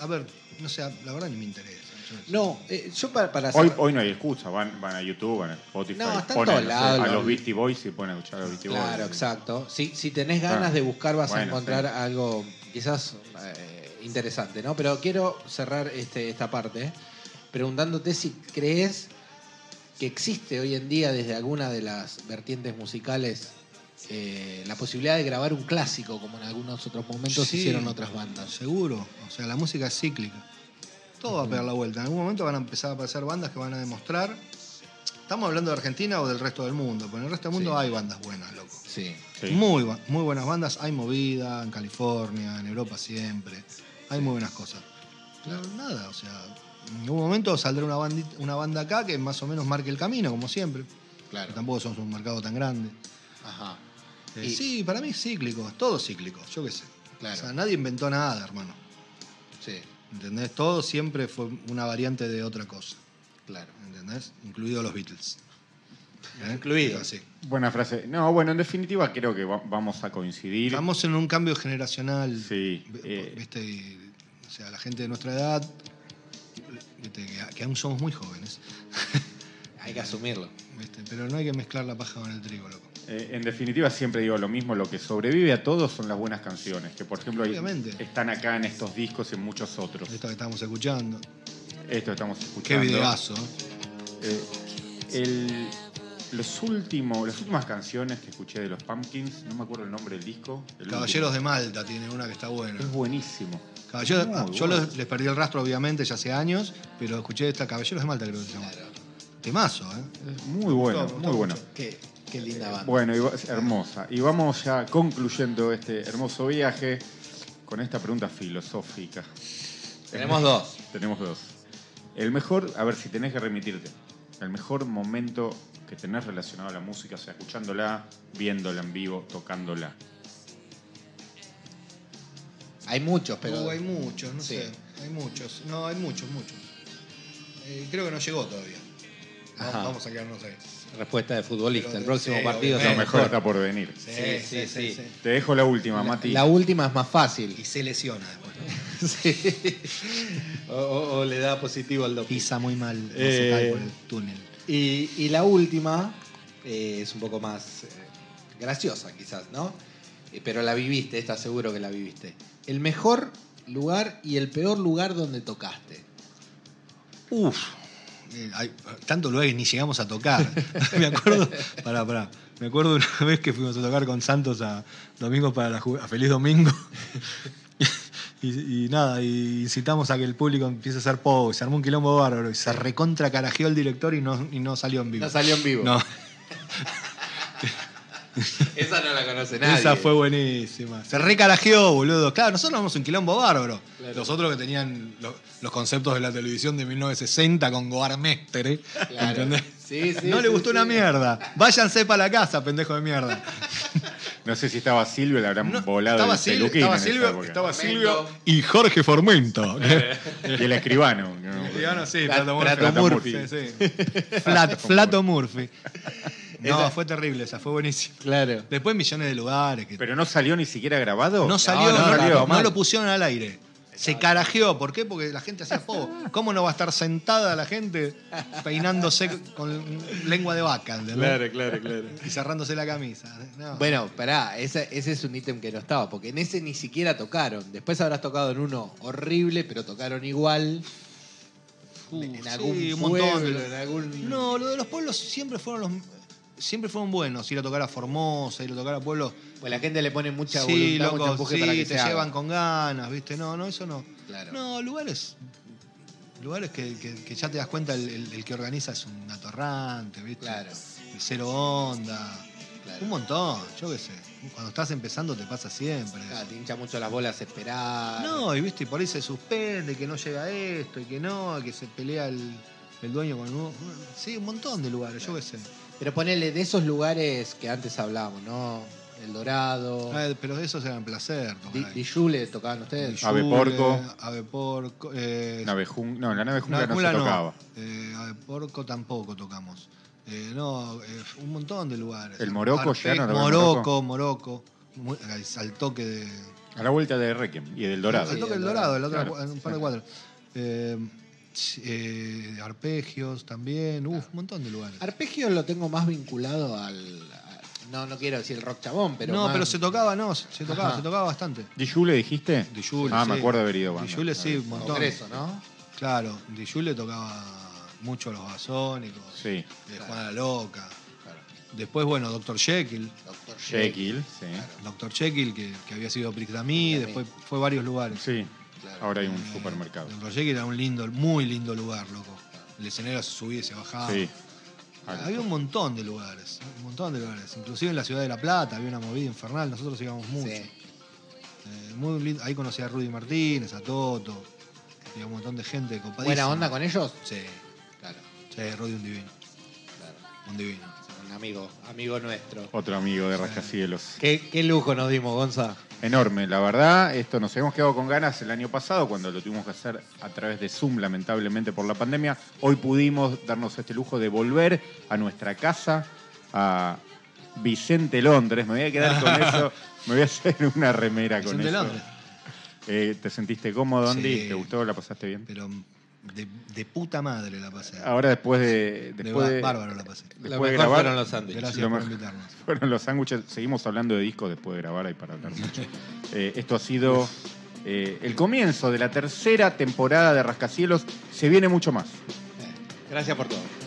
A ver, no sé, la verdad ni me interesa. Yo qué sé.
No, eh, yo para, para
Hoy,
cerrar-
hoy no hay excusa, van, van a YouTube, van a Spotify,
No, está en
ponen
todos
no sé,
lados,
a
lo-
los Beastie Boys y ponen a escuchar a los Beastie Boys.
Claro, exacto. Si, si tenés ganas
Ah,
de buscar vas a
bueno,
encontrar
sí.
algo quizás eh, interesante, ¿no? Pero quiero cerrar este, esta parte preguntándote si crees que existe hoy en día desde alguna de las vertientes musicales eh, la posibilidad de grabar un clásico como en algunos otros momentos
Sí,
hicieron otras bandas.
Seguro. O sea, la música es cíclica. Todo va a pegar la vuelta. En algún momento van a empezar a aparecer bandas que van a demostrar. Estamos hablando de Argentina o del resto del mundo, pero en el resto del mundo
Sí.
hay bandas buenas, loco.
Sí,
Sí.
Muy, bu- muy buenas bandas, hay movida en California, en Europa siempre, hay muy buenas cosas. Pero nada, o sea, en algún momento saldrá una, bandita- una banda acá que más o menos marque el camino, como siempre.
claro.
Pero tampoco somos un mercado tan grande.
Ajá.
Eh,
Y-
sí, para mí es cíclico, es todo cíclico, yo qué sé.
Claro.
O sea, nadie inventó nada, hermano.
Sí,
¿Entendés? Todo siempre fue una variante de otra cosa.
claro.
¿Entendés? Incluido los Beatles. ¿Eh?
Incluido.
Así.
Buena frase. No, bueno, en definitiva creo que va- vamos a coincidir.
Estamos en un cambio generacional.
Sí,
v-
eh.
Viste, y, o sea, la gente de nuestra edad, viste, que, que aún somos muy jóvenes.
Hay que asumirlo.
¿viste? Pero no hay que mezclar la paja con el trigo, loco.
Eh, en definitiva, siempre digo lo mismo, lo que sobrevive a todos son las buenas canciones, que por ejemplo hay-
Obviamente.
están acá en estos discos y en muchos otros.
Esto que estamos escuchando.
Esto que estamos
Qué
escuchando.
videazo.
Eh, El- los últimos, las últimas canciones que escuché de los Pumpkins, no me acuerdo el nombre del disco. el
Caballeros de Malta tiene una que está buena.
último. Es buenísimo.
Caballeros,
Muy
ah, yo
bueno.
los- les perdí el rastro, obviamente, ya hace años, pero escuché esta Caballeros de Malta, creo que se llama. Temazo, ¿eh?
Es muy bueno,
me
muy bueno.
Qué, qué linda banda.
Bueno, y va- es hermosa. Y vamos ya concluyendo este hermoso viaje con esta pregunta filosófica.
Tenemos dos.
Tenemos dos. El mejor, a ver si tenés que remitirte, el mejor momento que tenés relacionado a la música, o sea, escuchándola, viéndola en vivo, tocándola.
Hay muchos, pero.
Uh, hay muchos, no
Sí.
sé. Hay muchos. No, hay muchos, muchos. Eh, creo que no llegó todavía. Va-
Ajá.
Vamos a quedarnos ahí.
Respuesta de futbolista.
Pero
el próximo
sí,
partido
obviamente.
Lo
es
mejor está por venir.
Sí, sí, sí.
Te dejo la última, Mati.
La última es más
Y
fácil.
se lesiona después. ¿no?
Sí. O, o- o le da positivo al doping.
Pisa muy mal, no
Eh,
se cae por el túnel.
Y, y la última eh, es un poco más eh, graciosa, quizás, ¿no? Eh, pero la viviste, está seguro que la viviste. El mejor lugar y el peor lugar donde tocaste.
Uf. Eh, hay- tanto lugar que ni llegamos a tocar. me acuerdo. Pará, pará. Me acuerdo una vez que fuimos a tocar con Santos a Domingo para la Ju- a Feliz Domingo. y, y nada, y incitamos a que el público empiece a hacer pogo. y Se armó un quilombo bárbaro. Y se recontra carajeó el director y no, y no salió en vivo.
No salió en vivo.
No,
Esa no la conoce nadie.
esa fue buenísima. Se recarajeó, boludo. Claro, nosotros éramos un quilombo bárbaro. Los otros que tenían lo- los conceptos de la televisión de 1960 con Goar Mestre.
Claro.
¿Entendés?
Sí, sí,
no le
sí,
gustó
sí.
una mierda. Váyanse para la casa, pendejo de mierda.
No sé si estaba Silvio, le habrán
No,
volado
estaba
el
Silvio,
peluquín
estaba
en esa
Silvio,
época.
estaba
Formento.
Silvio y Jorge Formento.
Y el escribano. que no-
Y bueno, sí,
Plat-
Plato Murphy.
Plato Murphy.
Sí, sí. Flat- Flato Murphy. No,
Esa-
fue terrible esa, fue buenísima.
Claro.
Después millones de lugares que
Pero no salió ni siquiera grabado.
No salió,
no,
no,
salió.
no
Mal.
lo pusieron al aire. Se carajeó. ¿Por qué? Porque la gente hacía fuego. ¿Cómo no va a estar sentada la gente peinándose con lengua de vaca? ¿entendés?
claro, claro.
Y cerrándose la camisa. No.
Bueno, pará, ese, ese es un ítem que no estaba, porque en ese ni siquiera tocaron. Después habrás tocado en uno horrible, pero tocaron igual.
Uh,
en
sí,
algún
un montón.
pueblo, en algún-
No, lo de los pueblos siempre fueron los siempre fueron buenos. Ir a tocar a Formosa, ir a tocar a pueblos.
Pues la gente le pone mucha
sí,
voluntad, mucho
loco,
empuje
sí,
para que
te
se haga.
llevan con ganas, ¿viste? No, no, eso no.
Claro.
No, lugares. Lugares que, que- que ya te das cuenta, el, el- el que organiza es un atorrante, ¿viste?
Claro.
El cero onda.
Claro.
Un montón, yo qué sé. Cuando estás empezando te pasa siempre.
Ah,
eso.
te hincha mucho las bolas esperar.
No, y viste, y por ahí se suspende, que no llega esto, y que no, que se pelea el, el dueño con un. Sí, un montón de lugares, yo qué sé.
Pero ponele de esos lugares que antes hablábamos, ¿no? El Dorado.
Ah, pero de esos eran placer. tocar
Di-
ahí.
Dijule tocaban ustedes.
Ave
Yule,
Porco.
Ave Porco. eh,
Nave jun- No, la nave jungla no,
Mula
se tocaba.
Eh, a Porco tampoco tocamos. Eh, no, eh, un montón de lugares.
¿El Morocco
Arpe-
llegaron a tocar el
Morocco, Morocco. Mu- al- al toque de.
A la vuelta de Requiem y del
al
Dorado.
toque
el
del Dorado, el otro,
Claro.
un par de cuadras. Eh, eh, arpegios también. Uf, un montón de lugares.
Arpegio lo tengo más vinculado al. a- No, no quiero decir el rock chabón, pero.
no,
más-
pero se tocaba, no, se se tocaba,
Ajá.
se tocaba bastante.
¿De Yule dijiste?
De Yule,
Ah, me
sí.
acuerdo de haber ido.
De
banda.
Yule, sí, un montón.
Congreso, ¿no?
Claro, de Yule tocaba mucho los basónicos.
Sí.
De Juana la Loca. Después, bueno, Dr. Jekyll.
Doctor
Jekyll, sí.
Doctor Jekyll, que, que había sido Prixdamí,
Prix
después fue a varios lugares.
Sí.
Claro.
Ahora hay un
Eh,
supermercado.
Doctor Jekyll era un lindo, muy lindo lugar, loco. El escenario se subía y se bajaba.
Sí.
Había un montón de lugares, un montón de lugares. Inclusive en la ciudad de La Plata había una movida infernal, nosotros íbamos mucho.
Sí.
Eh, muy lindo. Ahí conocí a Rudy Martínez, a Toto, y a un montón de gente copadísima.
¿Buena onda con ellos?
Sí,
Claro,
sí, Rudy un divino,
claro.
un divino.
Son Un amigo, amigo nuestro.
Otro amigo de Rascacielos.
¿Qué, qué lujo nos dimos, Gonza.
Enorme, la verdad. Esto nos habíamos quedado con ganas el año pasado cuando lo tuvimos que hacer a través de Zoom, lamentablemente por la pandemia. Hoy pudimos darnos este lujo de volver a nuestra casa, a Vicente Londres. Me voy a quedar con eso. Me voy a hacer una remera con
Vicente
eso.
Londres.
Eh, ¿Te sentiste cómodo, Andy?
Sí.
¿Te gustó? ¿La pasaste bien?
Pero de, de puta madre la pasé.
Ahora después de...
De
Después
ba-
de-
bárbaro la pasé.
después
lo
de
mejor
grabar-
fueron los sándwiches.
Gracias
Lo
por
mejor.
invitarnos.
Fueron los sándwiches. Seguimos hablando de discos después de grabar, hay para hablar mucho. Eh, esto ha sido eh, el comienzo de la tercera temporada de Rascacielos. Se viene mucho más.
Gracias por todo.